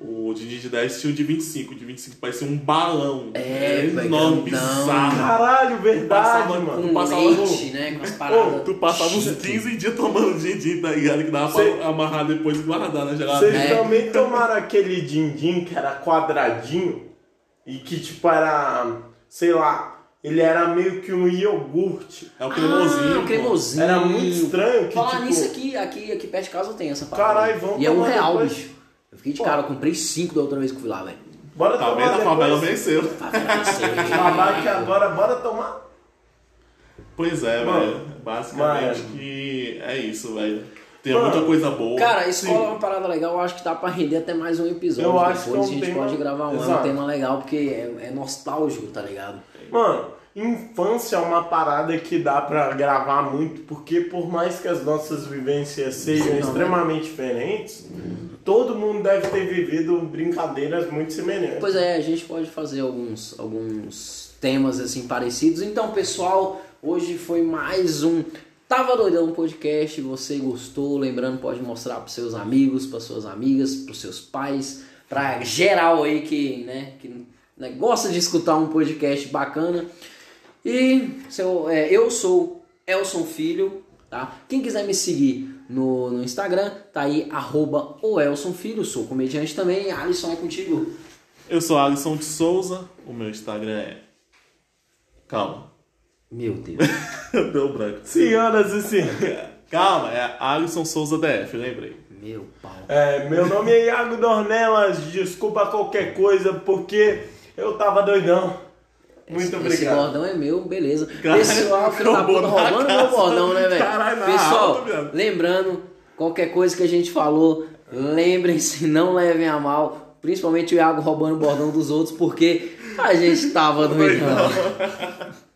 Speaker 1: o de de 10 tinha um de 25, o de 25 parecia um balão.
Speaker 2: É,
Speaker 1: Era
Speaker 2: velho,
Speaker 1: enorme,
Speaker 2: grandão.
Speaker 1: bizarro.
Speaker 3: Caralho, verdade,
Speaker 1: Passava
Speaker 3: mano.
Speaker 2: Com
Speaker 1: passava
Speaker 2: Um leite, né? Com as paradas.
Speaker 1: Tu passava uns
Speaker 2: Chique.
Speaker 1: 15 dias tomando din-din, tá ligado? Que dava
Speaker 3: Cê-
Speaker 1: pra amarrar depois e guardar na
Speaker 3: Vocês
Speaker 1: geladeira.
Speaker 2: É.
Speaker 3: também tomaram aquele din-din que era quadradinho e que tipo era, sei lá, ele era meio que um iogurte.
Speaker 1: É o
Speaker 2: Ah,
Speaker 1: cremosinho.
Speaker 2: o
Speaker 1: pô.
Speaker 2: cremosinho.
Speaker 3: Era muito estranho que
Speaker 2: Falar
Speaker 3: tipo...
Speaker 2: nisso aqui, aqui, aqui perto de casa tem essa
Speaker 3: Caralho, vamos
Speaker 2: E é um
Speaker 3: tomar
Speaker 2: real,
Speaker 3: depois.
Speaker 2: bicho. Eu fiquei de cara, eu comprei cinco da outra vez que eu fui lá, velho.
Speaker 3: Bora
Speaker 1: Tá
Speaker 3: tomar
Speaker 1: vendo? A favela
Speaker 3: depois.
Speaker 1: venceu.
Speaker 2: Tá vendo? Esse aí,
Speaker 3: Babaca
Speaker 2: velho.
Speaker 3: agora, bora tomar.
Speaker 1: Pois é,
Speaker 3: Mano,
Speaker 1: velho. Basicamente
Speaker 3: mas-
Speaker 1: que é isso, velho. Tem
Speaker 3: Mano,
Speaker 1: muita coisa boa.
Speaker 2: Cara, a escola é uma parada legal, eu acho que dá pra render até mais um episódio.
Speaker 3: Eu acho que é um
Speaker 2: Depois a gente
Speaker 3: tema-
Speaker 2: pode gravar um, é um
Speaker 3: Exato.
Speaker 2: tema legal, porque é, é nostálgico, tá ligado?
Speaker 3: Mano, infância é uma parada que dá pra gravar muito, porque por mais que as nossas vivências sejam
Speaker 2: né?
Speaker 3: extremamente diferentes, todo mundo deve ter vivido brincadeiras muito semelhantes.
Speaker 2: Pois é, a gente pode fazer alguns, alguns temas assim parecidos. Então, pessoal, hoje foi mais um Tava Doidão Podcast. Você gostou? Lembrando, pode mostrar pros seus amigos, pras suas amigas, pros seus pais, pra geral aí que, né, que né, gosta de escutar um podcast bacana. E seu, é, eu sou Elson Filho, tá? Quem quiser me seguir no, no Instagram, tá aí, arroba o Elson Filho, sou comediante também, Alisson é contigo.
Speaker 1: Eu sou Alisson de Souza, o meu Instagram é. Calma.
Speaker 2: Meu Deus.
Speaker 1: Deu branco.
Speaker 3: Senhoras e senhores,
Speaker 1: Calma, é Alisson Souza DF, lembrei.
Speaker 2: Meu pau.
Speaker 3: é, meu nome é Iago Dornelas, desculpa qualquer coisa, porque eu tava doidão. Muito
Speaker 2: esse, Esse
Speaker 3: obrigado.
Speaker 2: bordão é meu, beleza.
Speaker 1: Cara,
Speaker 2: Pessoal, filho da
Speaker 1: roubou
Speaker 2: puta,
Speaker 1: na
Speaker 2: roubando
Speaker 1: casa.
Speaker 2: meu bordão, né, velho?
Speaker 1: Caralho, na
Speaker 2: Pessoal,
Speaker 1: alta, viado.
Speaker 2: lembrando, qualquer coisa que a gente falou, lembrem-se, não levem a mal. Principalmente o Iago roubando o bordão dos outros, porque a gente tava doidão.